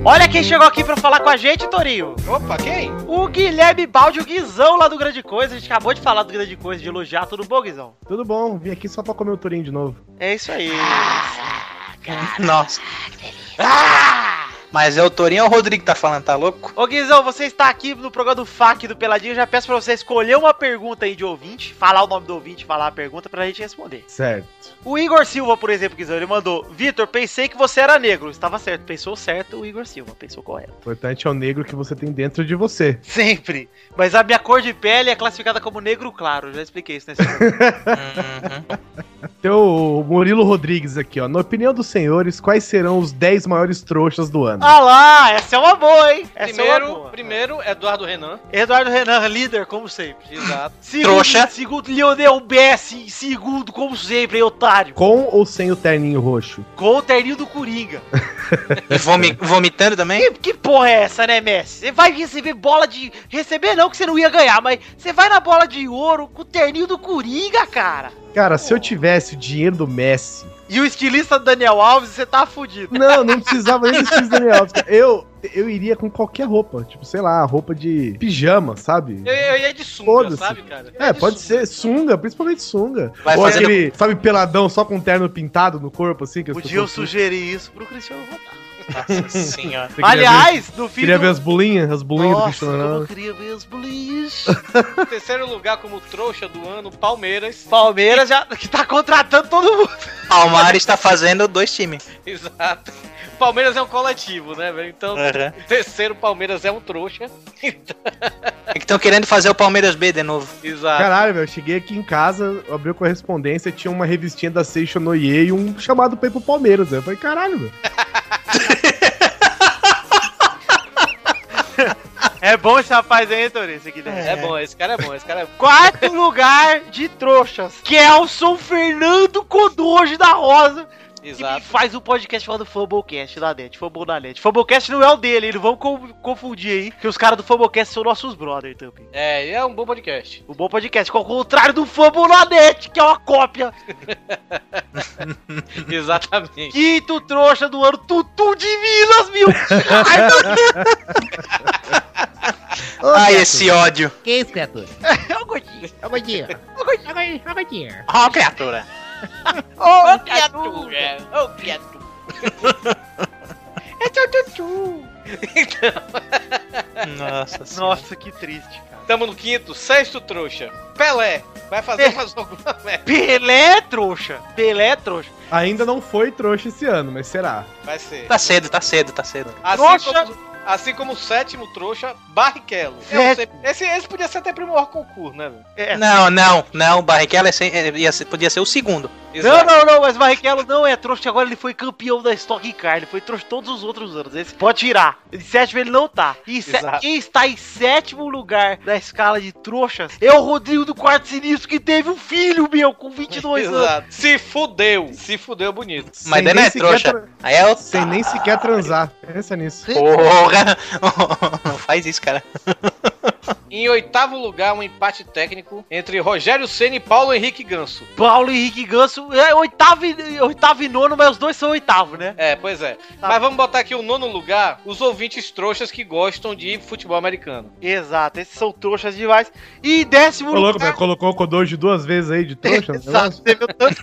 [SPEAKER 5] olha quem chegou aqui pra falar com a gente, Tourinho.
[SPEAKER 3] Opa, quem?
[SPEAKER 5] O Guilherme Baldi, o Guizão lá do Grande Coisa. A gente acabou de falar do Grande Coisa, de elogiar. Tudo bom, Guizão?
[SPEAKER 9] Tudo bom, vim aqui só pra comer o Turim de novo.
[SPEAKER 5] É isso aí.
[SPEAKER 7] Nossa. Mas é o Torinho ou o Rodrigo que tá falando, tá louco?
[SPEAKER 5] Ô Guizão, você está aqui no programa do FAC do Peladinho. Eu já peço pra você escolher uma pergunta aí de ouvinte, falar o nome do ouvinte, falar a pergunta pra gente responder.
[SPEAKER 9] Certo.
[SPEAKER 5] O Igor Silva, por exemplo, Guizão, ele mandou: Vitor, pensei que você era negro. Estava certo, pensou certo o Igor Silva, pensou correto.
[SPEAKER 9] O importante é o negro que você tem dentro de você.
[SPEAKER 5] Sempre. Mas a minha cor de pele é classificada como negro claro. Já expliquei isso nesse programa.
[SPEAKER 7] Uhum.
[SPEAKER 9] Tem o Murilo Rodrigues aqui, ó. Na opinião dos senhores, quais serão os 10 maiores trouxas do ano?
[SPEAKER 5] ah lá, essa é uma boa, hein? Essa é uma
[SPEAKER 3] Primeiro,
[SPEAKER 5] boa.
[SPEAKER 3] primeiro, Eduardo Renan.
[SPEAKER 5] Eduardo Renan, líder, como sempre.
[SPEAKER 3] Exato.
[SPEAKER 5] Segundo,
[SPEAKER 7] Trouxa.
[SPEAKER 5] Segundo, Lionel Messi. Segundo, como sempre, hein, otário.
[SPEAKER 9] Com ou sem o terninho roxo?
[SPEAKER 5] Com o terninho do Coringa.
[SPEAKER 7] E vomi- vomitando também?
[SPEAKER 5] Que, que porra é essa, né, Messi? Você vai receber bola de... Receber não, que você não ia ganhar, mas... Você vai na bola de ouro com o terninho do Coringa, cara.
[SPEAKER 9] Cara, se eu tivesse o dinheiro do Messi.
[SPEAKER 5] E o estilista do Daniel Alves, você tá fudido.
[SPEAKER 9] Não, não precisava nem desses Daniel Alves. cara. Eu, eu iria com qualquer roupa. Tipo, sei lá, roupa de pijama, sabe?
[SPEAKER 3] Eu, eu ia de sunga,
[SPEAKER 9] Foda-se.
[SPEAKER 3] sabe, cara?
[SPEAKER 9] É, pode ser sunga, principalmente sunga.
[SPEAKER 7] Vai
[SPEAKER 9] Ou
[SPEAKER 7] fazendo-
[SPEAKER 9] aquele, sabe, peladão só com terno pintado no corpo, assim, que as
[SPEAKER 5] Podia eu
[SPEAKER 9] pessoas-
[SPEAKER 5] sugerir isso pro Cristiano Ronaldo.
[SPEAKER 7] Nossa senhora.
[SPEAKER 9] Você queria ver-
[SPEAKER 5] Aliás, no fim
[SPEAKER 9] Queria
[SPEAKER 5] do-
[SPEAKER 9] ver as bolinhas, as bolinhas do
[SPEAKER 5] Nossa,
[SPEAKER 9] Cristiano
[SPEAKER 5] como
[SPEAKER 9] Ronaldo.
[SPEAKER 5] eu queria ver as bolinhas.
[SPEAKER 3] Em terceiro lugar, como trouxa do ano, Palmeiras.
[SPEAKER 5] Palmeiras já que tá contratando todo mundo.
[SPEAKER 7] Palmares tá fazendo dois times.
[SPEAKER 3] Exato. Palmeiras é um coletivo, né, velho? Então,
[SPEAKER 7] Uhum.
[SPEAKER 3] em terceiro, Palmeiras é um trouxa.
[SPEAKER 7] É que estão querendo fazer o Palmeiras B de novo.
[SPEAKER 3] Exato.
[SPEAKER 9] Caralho, velho, eu cheguei aqui em casa, abri a correspondência, tinha uma revistinha da Seixo Noie e um chamado pra ir pro Palmeiras. velho. Eu falei, caralho, velho.
[SPEAKER 5] É bom esse rapaz aí, Torinho, esse Guilherme.
[SPEAKER 3] É bom, esse cara é bom, esse cara é bom.
[SPEAKER 5] Quarto lugar de trouxas. Kelson Fernando Codoge da Rosa. E
[SPEAKER 3] Exato.
[SPEAKER 5] faz um podcast chamado Fumblecast na net, Fumble na net. Fumblecast não é o dele, eles vão co- confundir aí, que os caras do Fumblecast são nossos brother também.
[SPEAKER 3] É, e é um bom podcast.
[SPEAKER 5] O bom podcast, que é o contrário do Fumble na net, que é uma cópia.
[SPEAKER 3] Exatamente.
[SPEAKER 5] Quinto trouxa do ano, Tutu de Minas, mil. Ai, meu Deus,
[SPEAKER 2] Ô,
[SPEAKER 7] Ai,
[SPEAKER 2] Beto,
[SPEAKER 7] Ah, esse ódio.
[SPEAKER 6] Que isso, criatura?
[SPEAKER 5] é o Godinho.
[SPEAKER 6] É o Godinho. É o Godinho. É o Godinho.
[SPEAKER 7] Ó, criatura.
[SPEAKER 5] Ô,
[SPEAKER 3] Ô, criatura! Ô, criatura!
[SPEAKER 6] É seu tutu.
[SPEAKER 7] Nossa senhora.
[SPEAKER 5] Nossa, que triste, cara.
[SPEAKER 3] Tamo no quinto, sexto trouxa. Pelé, vai
[SPEAKER 5] É.
[SPEAKER 3] fazer mais alguma merda.
[SPEAKER 5] Pelé, é trouxa. Pelé, é trouxa.
[SPEAKER 9] Ainda não foi trouxa esse ano, mas será.
[SPEAKER 3] Vai ser.
[SPEAKER 7] Tá cedo, tá cedo, tá cedo.
[SPEAKER 3] Assim
[SPEAKER 5] Trouxa.
[SPEAKER 3] como, assim como o sétimo trouxa, Barrichello. Eu
[SPEAKER 5] É.
[SPEAKER 3] sei- Esse, esse podia ser até primor concurso, né? velho?
[SPEAKER 5] É.
[SPEAKER 7] Não, não, não, Barrichello é sem- é, ia ser- podia ser o segundo.
[SPEAKER 5] Não, não, não, mas Barrichello não é trouxa, que agora ele foi campeão da Stock Car, ele foi trouxa todos os outros anos, esse pode tirar. Em sétimo ele não tá. E sé-
[SPEAKER 3] Exato.
[SPEAKER 5] quem está em sétimo lugar na escala de trouxas é o Rodrigo do Quarto Sinistro, que teve um filho, meu, com 22 anos.
[SPEAKER 3] Exato. Se fudeu, se fudeu bonito.
[SPEAKER 7] Mas daí não
[SPEAKER 9] nem
[SPEAKER 7] é
[SPEAKER 9] sequer
[SPEAKER 7] trouxa.
[SPEAKER 9] tra-
[SPEAKER 7] Aí é o.
[SPEAKER 9] Sem nem sequer transar. Pensa nisso.
[SPEAKER 7] Porra! Não faz isso, cara.
[SPEAKER 3] Em oitavo lugar, um empate técnico entre Rogério Senna e Paulo Henrique Ganso.
[SPEAKER 5] Paulo Henrique Ganso é oitavo, e- oitavo e nono, mas os dois são oitavo, né?
[SPEAKER 3] É, pois é.
[SPEAKER 5] Tá.
[SPEAKER 3] Mas vamos botar aqui o nono lugar, os ouvintes trouxas que gostam de futebol americano.
[SPEAKER 5] Exato, esses são trouxas demais. E em décimo
[SPEAKER 9] Ô, louco, velho, colocou o Kodoji duas vezes aí de trouxa. no negócio.
[SPEAKER 5] Exato, teve tanto.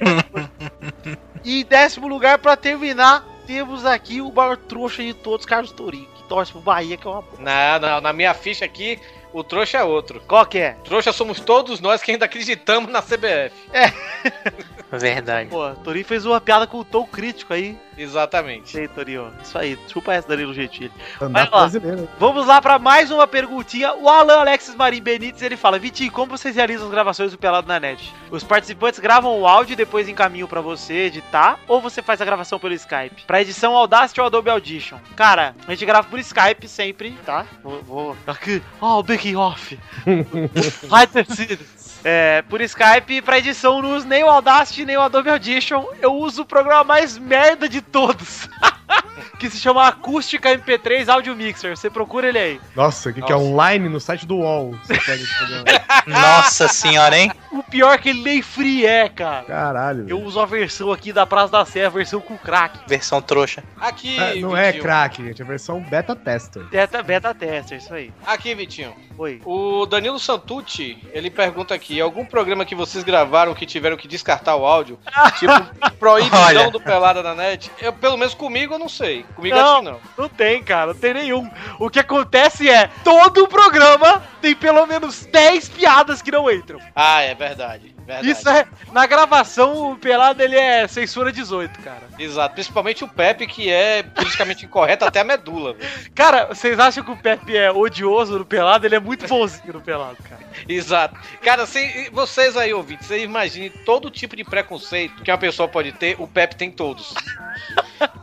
[SPEAKER 5] e em décimo lugar, pra terminar, temos aqui o maior trouxa de todos, Carlos Torinho, que torce pro Bahia, que é uma boa.
[SPEAKER 3] Não, não, na minha ficha aqui, o trouxa é outro.
[SPEAKER 5] Qual que é?
[SPEAKER 3] Trouxa somos todos nós que ainda acreditamos na CBF.
[SPEAKER 7] Verdade.
[SPEAKER 5] Pô, o Torinho fez uma piada com o tom crítico aí. Isso
[SPEAKER 3] Exatamente.
[SPEAKER 5] aí, Torinho. Isso aí, chupa essa, Danilo Gentili.
[SPEAKER 9] Stand-up
[SPEAKER 5] Vai lá.
[SPEAKER 9] brasileiro.
[SPEAKER 5] Vamos lá pra mais uma perguntinha. O Alan Alexis Marim Benites, ele fala: Vitinho, como vocês realizam as gravações do Pelado na Net? Os participantes gravam o áudio e depois encaminham pra você editar, ou você faz a gravação pelo Skype? Pra edição Audacity ou Adobe Audition? Cara, a gente grava por Skype sempre, tá? Vou. vou... Aqui, ó, o Baking Off. Vai ter sido. É, por Skype, pra edição não uso nem o Audacity nem o Adobe Audition. Eu uso o programa mais merda de todos. que se chama Acústica MP3 Audio Mixer. Você procura ele aí.
[SPEAKER 9] Nossa, o que, que é
[SPEAKER 3] Nossa.
[SPEAKER 9] online no site do UOL? Você pega esse programa.
[SPEAKER 7] Nossa senhora, hein?
[SPEAKER 5] O pior é que ele nem free é, cara.
[SPEAKER 9] Caralho.
[SPEAKER 5] Eu uso a versão aqui da Praça da Sé, a versão com crack.
[SPEAKER 7] Versão trouxa.
[SPEAKER 3] Aqui,
[SPEAKER 9] É, não é
[SPEAKER 3] Vitinho.
[SPEAKER 9] crack, gente. É a versão beta tester.
[SPEAKER 5] Beta, beta tester, isso aí.
[SPEAKER 3] Aqui, Vitinho.
[SPEAKER 5] Oi.
[SPEAKER 3] O Danilo Santucci, ele pergunta aqui: algum programa que vocês gravaram que tiveram que descartar o áudio? Tipo, proibição
[SPEAKER 7] Olha.
[SPEAKER 3] do Pelada na net? Eu, pelo menos comigo, eu não sei. Comigo
[SPEAKER 5] Não.
[SPEAKER 3] acho que não.
[SPEAKER 5] Não tem, cara, não tem nenhum. O que acontece é, todo o programa tem pelo menos 10 piadas que não entram.
[SPEAKER 3] Ah, é verdade. verdade.
[SPEAKER 5] Isso é. Na gravação, o pelado ele é censura 18, cara.
[SPEAKER 3] Exato, principalmente o Pepe, que é politicamente incorreto até a medula. velho.
[SPEAKER 5] Cara, vocês acham que o Pepe é odioso no pelado? Ele é muito bonzinho no pelado, cara.
[SPEAKER 3] Exato. Cara, se, vocês aí, ouvintes, vocês imaginem todo tipo de preconceito que uma pessoa pode ter, o Pepe tem todos.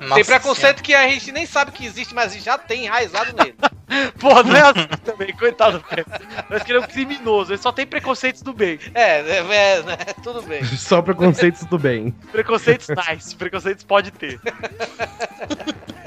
[SPEAKER 7] Nossa
[SPEAKER 3] tem preconceito que a gente nem sabe que existe, mas já tem enraizado nele.
[SPEAKER 5] Pô, não é assim também, coitado do Pepe. Nós queremos é um criminoso, ele só tem preconceitos do bem.
[SPEAKER 3] É, é, é, né, tudo bem.
[SPEAKER 9] Só preconceitos do bem.
[SPEAKER 5] Preconceitos nice, preconceitos pode ter.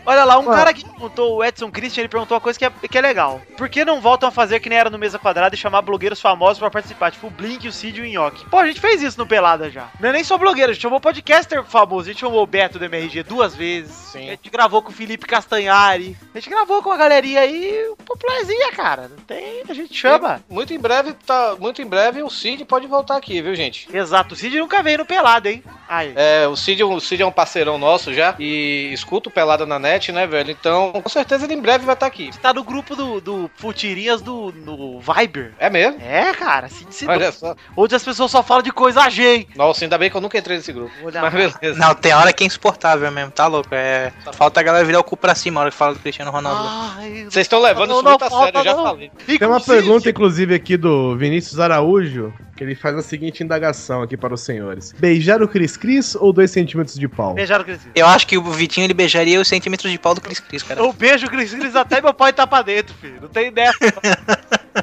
[SPEAKER 5] Olha lá, um cara que perguntou, o Edson Christian, ele perguntou uma coisa que é, que é legal. Por que não voltam a fazer que nem era no Mesa Quadrada e chamar blogueiros famosos pra participar? Tipo o Blink, o Cid e o Nhoque. Pô, a gente fez isso no Pelada já. Não é nem só blogueiro, a gente chamou podcaster famoso. A gente chamou o Beto do MRG duas vezes.
[SPEAKER 3] Sim.
[SPEAKER 5] A gente gravou com o Felipe Castanhari. A gente gravou com a galeria aí, popularzinha, cara. Não tem... A gente chama.
[SPEAKER 3] Muito em breve, tá, muito em breve o Cid pode voltar aqui, viu, gente?
[SPEAKER 5] Exato, o Cid nunca veio no Pelada, hein? Aí.
[SPEAKER 3] É, o Cid, o Cid é um parceirão nosso já e escuta o Pelada na net, né, velho? Então, com certeza ele em breve vai estar aqui.
[SPEAKER 5] Tá no grupo do, do Futirinhas do no Viber.
[SPEAKER 3] É mesmo?
[SPEAKER 5] É, cara, assim, se
[SPEAKER 3] Olha só.
[SPEAKER 5] onde as pessoas só falam de coisa G, hein?
[SPEAKER 3] Nossa, ainda bem que eu nunca entrei nesse grupo.
[SPEAKER 5] Vou olhar.
[SPEAKER 3] Mas beleza.
[SPEAKER 7] Não, tem hora que é insuportável mesmo, tá louco? É... Falta a galera virar o cu pra cima a hora que fala do Cristiano
[SPEAKER 3] Ah.
[SPEAKER 7] Ronaldo.
[SPEAKER 5] Ai,
[SPEAKER 3] Vocês estão levando
[SPEAKER 5] Não,
[SPEAKER 3] isso
[SPEAKER 5] não,
[SPEAKER 3] muito a
[SPEAKER 5] falta
[SPEAKER 3] sério, eu já
[SPEAKER 5] não.
[SPEAKER 3] falei.
[SPEAKER 9] Tem uma pergunta, inclusive, aqui do Vinícius Araújo, que ele faz a seguinte indagação aqui para os senhores. Beijar o Cris Cris ou dois centímetros de pau?
[SPEAKER 5] Beijaram o Cris Cris.
[SPEAKER 7] Eu acho que o Vitinho ele beijaria os centímetros de pau do Cris Cris, cara.
[SPEAKER 5] Eu beijo o Cris Cris até meu pai tá pra dentro, filho. Não tem ideia.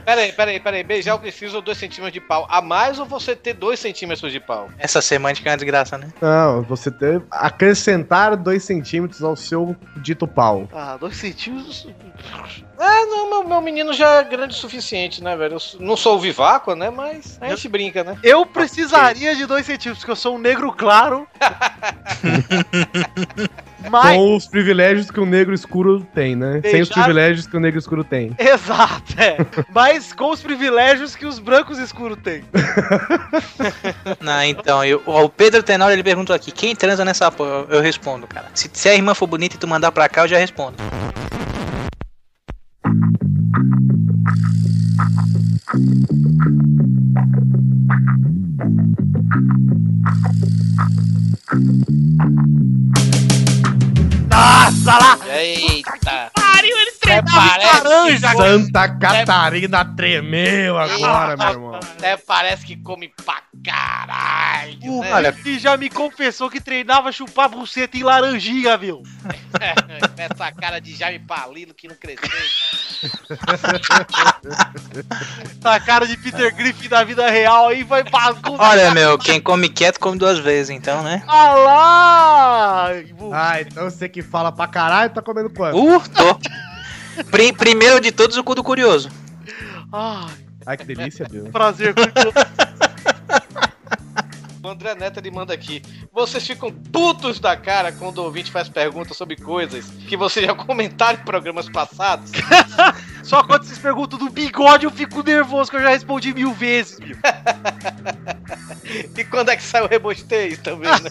[SPEAKER 3] Peraí, peraí, peraí. Beijar o Criciús ou 2 centímetros de pau a mais ou você ter 2 centímetros de pau?
[SPEAKER 7] Essa semântica é uma desgraça, né?
[SPEAKER 9] Não, você ter acrescentar 2 centímetros ao seu dito pau.
[SPEAKER 5] Ah, dois centímetros.
[SPEAKER 3] É, não, meu, meu menino já é grande o suficiente, né, velho? Eu s- não sou o Viváqua, né? Mas a gente brinca, né?
[SPEAKER 5] Eu precisaria de dois centímetros, porque eu sou um negro claro. Mas.
[SPEAKER 9] Com os privilégios que o negro escuro tem, né? Sem os
[SPEAKER 5] Beijar-
[SPEAKER 9] privilégios que o negro escuro tem.
[SPEAKER 5] Exato, é. Mas com os privilégios que os brancos escuros têm.
[SPEAKER 7] Não, então, eu- ó, o Pedro Tenório ele perguntou aqui: quem transa nessa porra? Eu respondo, cara. Se, se a irmã for bonita e tu mandar pra cá, eu já respondo.
[SPEAKER 5] Nossa lá!
[SPEAKER 3] Eita!
[SPEAKER 6] Pariu, ele
[SPEAKER 3] Até parece,
[SPEAKER 9] Santa Catarina tremeu agora, meu irmão.
[SPEAKER 3] até parece que come pra caralho.
[SPEAKER 5] O
[SPEAKER 3] né?
[SPEAKER 5] que já me confessou que treinava chupar buceta em laranjinha, meu.
[SPEAKER 3] Essa cara de Jaime Palilo que não cresceu.
[SPEAKER 5] Essa cara de Peter Griffin da vida real aí vai bagunça.
[SPEAKER 7] Olha, meu, quem come quieto come duas vezes, então, né?
[SPEAKER 5] Olha lá!
[SPEAKER 9] Ah, então você que fala pra caralho, tá comendo quanto?
[SPEAKER 7] Uh, tô. Pri- primeiro de todos, o cu do curioso.
[SPEAKER 5] Ah,
[SPEAKER 9] Ai, que delícia, Deus.
[SPEAKER 5] prazer.
[SPEAKER 3] O André Neto ele manda aqui. Vocês ficam putos da cara quando o ouvinte faz perguntas sobre coisas que vocês já comentaram em programas passados.
[SPEAKER 5] Só quando vocês perguntam do bigode eu fico nervoso, que eu já respondi mil vezes. meu.
[SPEAKER 3] E quando é que sai o rebostei também, né?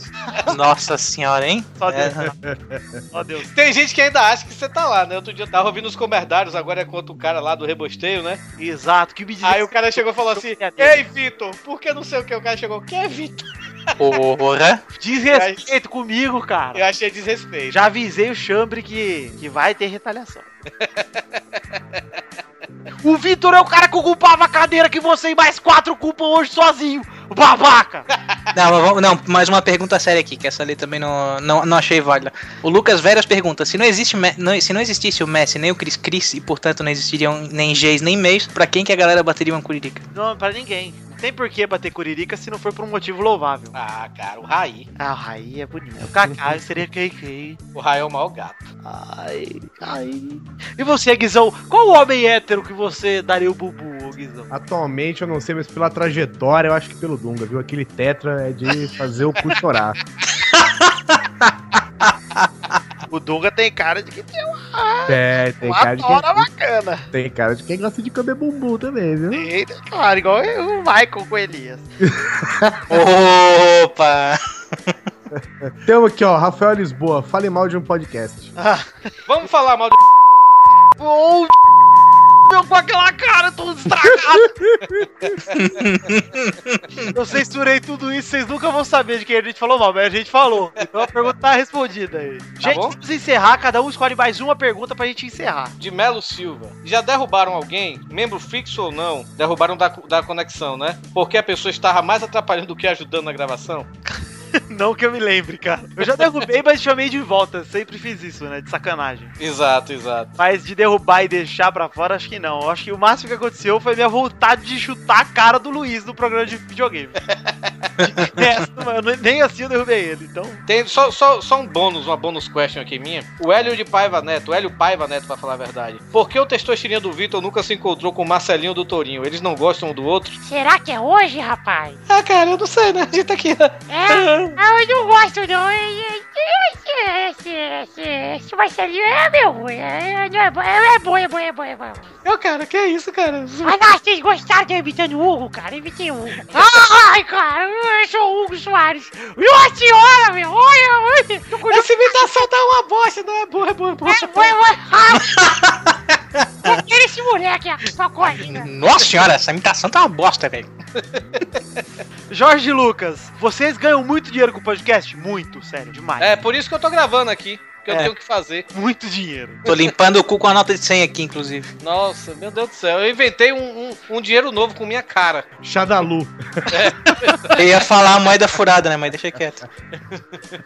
[SPEAKER 7] Nossa senhora, hein?
[SPEAKER 5] Só Deus,
[SPEAKER 7] É,
[SPEAKER 5] só Deus.
[SPEAKER 3] Tem gente que ainda acha que você tá lá, né? Outro dia eu tava ouvindo os comentários, agora é contra o cara lá do rebosteio, né?
[SPEAKER 5] Exato, que me diz.
[SPEAKER 3] Aí o cara chegou e falou assim: Ei, Vitor, por que não sei o que? O cara chegou, que é Vitor?
[SPEAKER 7] porra.
[SPEAKER 5] Desrespeito comigo, cara.
[SPEAKER 3] Eu achei desrespeito.
[SPEAKER 5] Já avisei o Chambre que, que vai ter retaliação. o Vitor é o cara que ocupava a cadeira que você e mais quatro ocupam hoje sozinho. Babaca!
[SPEAKER 7] Não, mas vamos- não, mais uma pergunta séria aqui, que essa ali também não, não, não achei válida. O Lucas Veras pergunta: se não, existe, Me- não- se não existisse o Messi nem o Cris Cris, e portanto não existiriam nem Gs nem Meis, pra quem que a galera bateria uma curirica?
[SPEAKER 5] Não, pra ninguém. Não tem por que bater curirica se não for por um motivo louvável.
[SPEAKER 3] Ah, cara, o Raí.
[SPEAKER 5] Ah, aí é bonito. O Kaká seria KK.
[SPEAKER 3] O Raí é o maior gato.
[SPEAKER 5] Ai, ai. E você, Guizão? Qual homem hétero que você daria o bubu, ô Guizão?
[SPEAKER 9] Atualmente, eu não sei, mas pela trajetória, eu acho que pelo Dunga, viu? Aquele tetra é de fazer o cu chorar.
[SPEAKER 2] O Dunga tem cara de que tem
[SPEAKER 9] É, tem
[SPEAKER 2] uma
[SPEAKER 9] cara de quem,
[SPEAKER 2] tora bacana.
[SPEAKER 9] tem cara de quem gosta de comer bumbum também, viu?
[SPEAKER 2] Tem, claro, igual o Michael com o Elias.
[SPEAKER 7] Opa!
[SPEAKER 9] Então aqui, ó, Rafael Lisboa, fale mal de um podcast.
[SPEAKER 3] Vamos falar mal
[SPEAKER 5] Ô, meu, com aquela cara todo estragado. Eu censurei tudo isso, vocês nunca vão saber de quem a gente falou mal, mas a gente falou. Então a pergunta tá respondida aí. gente,
[SPEAKER 3] bom?
[SPEAKER 5] vamos encerrar, cada um escolhe mais uma pergunta pra gente encerrar.
[SPEAKER 3] de Melo Silva. Já derrubaram alguém, membro fixo ou não, derrubaram da, da conexão, né? Porque a pessoa estava mais atrapalhando do que ajudando na gravação.
[SPEAKER 5] Não que eu me lembre, cara. Eu já derrubei, mas chamei de volta. Sempre fiz isso, né? De sacanagem.
[SPEAKER 3] Exato, exato.
[SPEAKER 5] Mas de derrubar e deixar pra fora, acho que não. Eu Acho que o máximo que aconteceu foi minha vontade de chutar a cara do Luiz no programa de videogame. De resto, mano, nem assim eu derrubei ele, então.
[SPEAKER 3] Tem só, só, só um bônus, uma bônus question aqui minha. O Hélio de Paiva Neto, o Hélio Paiva Neto, pra falar a verdade. Por que o testosterinha do Vitor nunca se encontrou com o Marcelinho do Tourinho? Eles não gostam um do outro?
[SPEAKER 6] Será que é hoje, rapaz?
[SPEAKER 3] Ah, cara, eu não sei, né? A gente tá aqui.
[SPEAKER 6] É? Ah, eu não gosto, não. Esse, esse, esse, esse Marcelinho é meu ruim. É, é, não é, bom, é, é bom, é bom, é bom, é bom.
[SPEAKER 3] Eu, cara, que isso, cara?
[SPEAKER 6] Mas ah, vocês gostaram de eu imitando o Hugo, cara? Imitei o Hugo. Ai, cara, eu sou o Hugo Soares. Nossa senhora, meu. Olha, olha. Tô com
[SPEAKER 3] Essa
[SPEAKER 5] um
[SPEAKER 3] imitação tá uma bosta, não é boa, é boa, é boa.
[SPEAKER 6] É, foi, foi. Ai. Eu quero esse moleque, ó, só corrida.
[SPEAKER 7] Nossa senhora, essa imitação tá uma bosta, velho.
[SPEAKER 5] Jorge Lucas, vocês ganham muito dinheiro com o podcast? Muito, sério, demais.
[SPEAKER 3] É, por isso que eu tô gravando aqui. Porque eu
[SPEAKER 7] É.
[SPEAKER 3] tenho o que fazer.
[SPEAKER 5] Muito dinheiro.
[SPEAKER 7] Tô limpando o cu com a nota de 100 aqui, inclusive.
[SPEAKER 3] Nossa, meu Deus do céu. Eu inventei um, um, um dinheiro novo com minha cara.
[SPEAKER 9] Xadalu.
[SPEAKER 7] Eu ia falar moeda furada, né? Mas deixa quieto.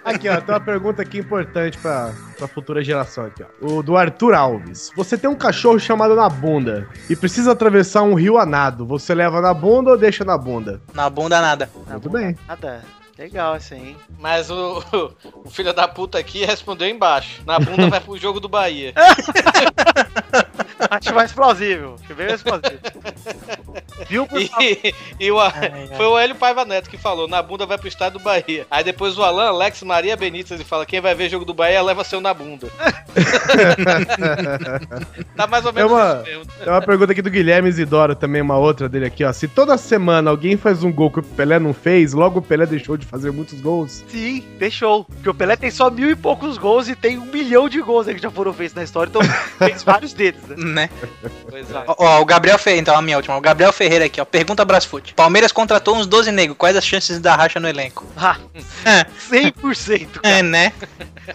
[SPEAKER 9] Aqui, ó, tem uma pergunta aqui importante pra, pra futura geração aqui, ó. O do Arthur Alves. Você tem um cachorro chamado na bunda e precisa atravessar um rio a nado. Você leva na bunda ou deixa na bunda?
[SPEAKER 7] Na bunda nada.
[SPEAKER 9] Muito bem.
[SPEAKER 5] Nada. Legal essa aí, hein?
[SPEAKER 3] Mas o, o filho da puta aqui respondeu embaixo. Na bunda vai pro jogo do Bahia.
[SPEAKER 5] Acho mais plausível. Acho bem mais plausível. Viu? por favor? é.
[SPEAKER 3] E, e o,
[SPEAKER 7] Ai, ai.
[SPEAKER 3] foi o Hélio Paiva Neto que falou: na bunda vai pro estado do Bahia. Aí depois o Alan, Alex, Maria Benítez, ele fala: quem vai ver jogo do Bahia leva seu na bunda. tá mais ou menos
[SPEAKER 9] É uma-
[SPEAKER 3] isso mesmo.
[SPEAKER 9] Tem uma pergunta aqui do Guilherme Isidoro também, uma outra dele aqui, ó. Se toda semana alguém faz um gol que o Pelé não fez, logo o Pelé deixou de fazer muitos gols.
[SPEAKER 5] Sim, deixou. Porque o Pelé tem só mil e poucos gols e tem um milhão de gols aí que já foram feitos na história, então fez vários deles, né?
[SPEAKER 7] Né?
[SPEAKER 3] Pois é.
[SPEAKER 7] Ó, ó, o Gabriel Ferreira, então a minha última. O Gabriel Ferreira aqui, ó. Pergunta Brasfoot. Palmeiras contratou uns 12 negros. Quais as chances da racha no elenco?
[SPEAKER 5] Ah, 100%.
[SPEAKER 7] É, né?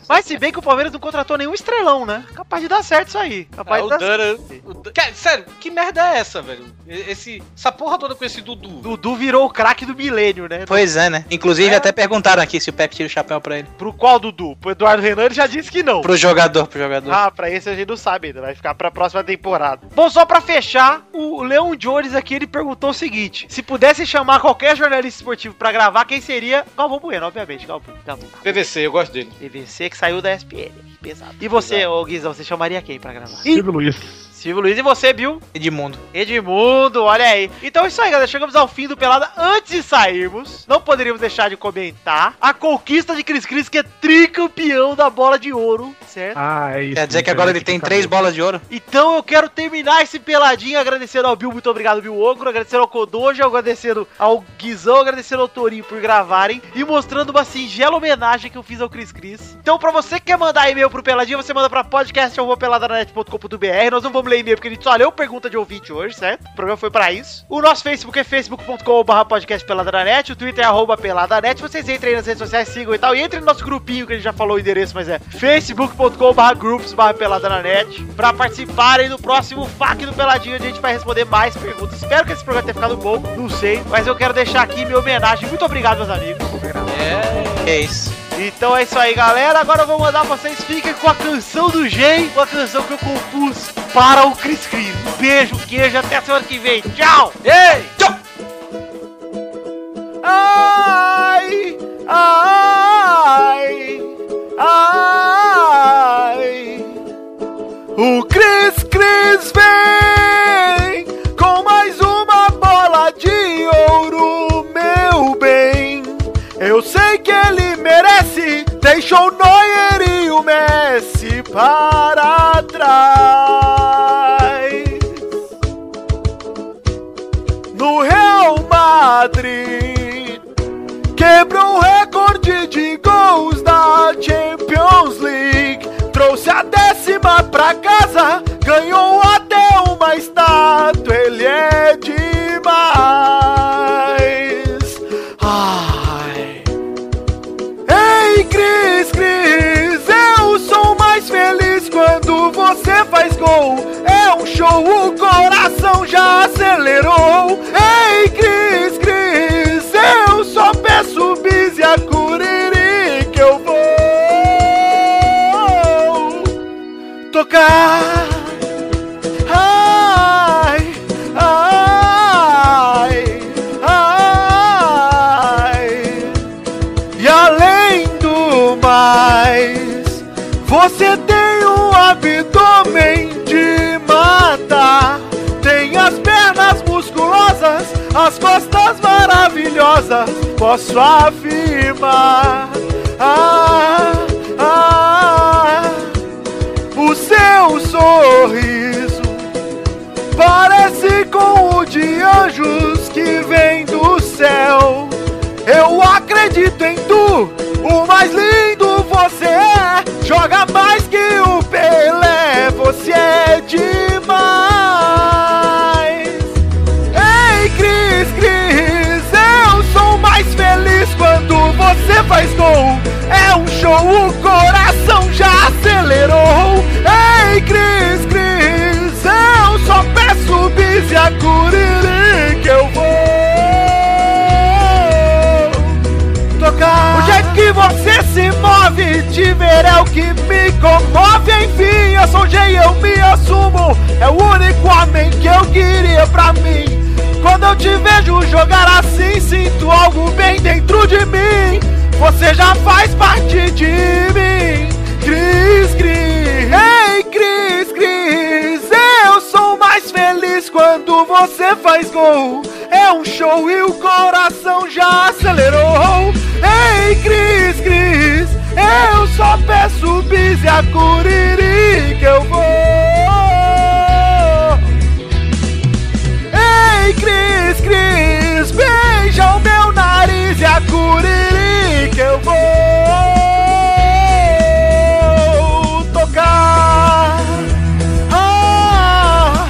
[SPEAKER 5] Mas se bem que o Palmeiras não contratou nenhum estrelão, né? Capaz de dar certo isso aí. Capaz
[SPEAKER 3] Ah, o
[SPEAKER 5] de dar tá certo.
[SPEAKER 3] Dana. o Dan- Cara, sério, que merda é essa, velho? Esse, essa porra toda com esse Dudu.
[SPEAKER 5] Dudu virou o craque do milênio, né?
[SPEAKER 7] Pois é, né? Inclusive
[SPEAKER 5] É.
[SPEAKER 7] até perguntaram aqui se o Pepe tira o chapéu pra ele.
[SPEAKER 5] Pro qual Dudu? Pro Eduardo Renan ele já disse que não.
[SPEAKER 7] Pro jogador, pro jogador.
[SPEAKER 5] Ah, pra esse a gente não sabe ainda, vai ficar pra próxima temporada. Bom, só pra fechar, o Leon Jones aqui, ele perguntou o seguinte, se pudesse chamar qualquer jornalista esportivo pra gravar, quem seria? Galvão Bueno, Tá obviamente, Galvão, Galvão.
[SPEAKER 3] PVC, eu gosto dele.
[SPEAKER 5] PVC que saiu da SPN, que pesado. E você, ô Guizão, você chamaria quem pra gravar?
[SPEAKER 9] Silvio Tipo Luiz.
[SPEAKER 5] Silvio Luiz e você, Bill?
[SPEAKER 7] Edmundo.
[SPEAKER 5] Edmundo, olha aí. Então é isso aí, galera. Chegamos ao fim do Pelada. Antes de sairmos, não poderíamos deixar de comentar a conquista de Cris Cris, que é tricampeão da bola de ouro, certo?
[SPEAKER 9] Ah, é isso.
[SPEAKER 7] Quer dizer que agora ele tem três bolas de ouro?
[SPEAKER 5] Então eu quero terminar esse peladinho agradecendo ao Bill, muito obrigado, Bill Ogro, agradecendo ao Kodojo, agradecendo ao Guizão, agradecendo ao Torinho por gravarem e mostrando uma singela homenagem que eu fiz ao Cris Cris. Então pra você que quer mandar e-mail pro Peladinha, você manda pra podcast.peladananet.com.br, nós não vamos ler e-mail porque a gente só leu pergunta de ouvinte hoje, certo? O programa foi pra isso. O nosso Facebook é facebook.com.br podcastpeladananet, o Twitter é arroba peladanet, vocês entrem nas redes sociais, sigam e tal, e entre no nosso grupinho que a gente já falou o endereço, mas é facebook.com.br groups barra peladananet pra participarem do próximo FAQ do Peladinho, onde a gente vai responder mais perguntas. Espero que esse programa tenha ficado bom, não sei, mas eu quero deixar aqui minha homenagem. Muito obrigado, meus amigos.
[SPEAKER 7] Que é isso.
[SPEAKER 5] Então é isso aí, galera. Agora eu vou mandar vocês fiquem com a canção do Gen, uma canção que eu compus para o Cris Cris. Um beijo, queijo, até a semana que vem. Tchau! Ei! Tchau! Ai! Ai! Ai! O Cris Cris vem com mais uma bola de ouro, meu bem. Eu sei que ele merece. Deixa o Neuer e o Messi para trás. No Real Madrid, quebra o recorde de gols da Champions League. Trouxe a décima pra casa, ganhou até uma estátua. Ele é demais. Ai. Ei, Cris, Cris, eu sou mais feliz quando você faz gol. É um show, o coração já acelerou. Ei, Cris, Cris, eu só peço bis e a curiri que eu vou tocar. Ai, ai, ai. E além do mais, você tem um abdômen de matar. Tem as pernas musculosas, as costas maravilhosas, posso afirmar. Ah, ah, o seu sorriso parece com o de anjos que vem do céu. Eu acredito em tu, o mais lindo você é. Joga mais que o Pelé, você é demais. Ei, Cris, Cris, eu sou mais feliz quando você faz gol. É um show, o coração já a Curiri que eu vou tocar.
[SPEAKER 9] O jeito que você se move, de ver é o que me comove. Enfim, eu sou Jay, eu me assumo. É o único homem que eu queria pra mim. Quando eu te vejo jogar assim, sinto algo bem dentro de mim. Você já faz parte de mim. Cris, Cris, ei, Cris, Cris. Eu sou mais feliz quando você faz gol. É um show e o coração já acelerou. Ei, Cris, Cris, eu só peço bis e a curiri que eu vou. Ei, Cris, Cris, beija o meu nariz e a curiri que eu vou tocar. Ah,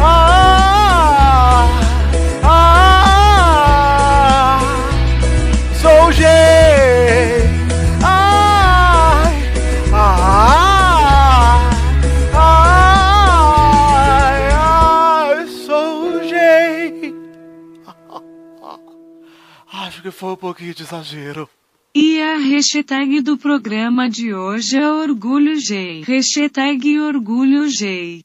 [SPEAKER 9] ah, ah, ah. Sou G. Ai, ai, ai, ai, sou G. Acho que foi um pouquinho de exagero.
[SPEAKER 6] E a hashtag do programa de hoje é Orgulho G. Hashtag Orgulho G.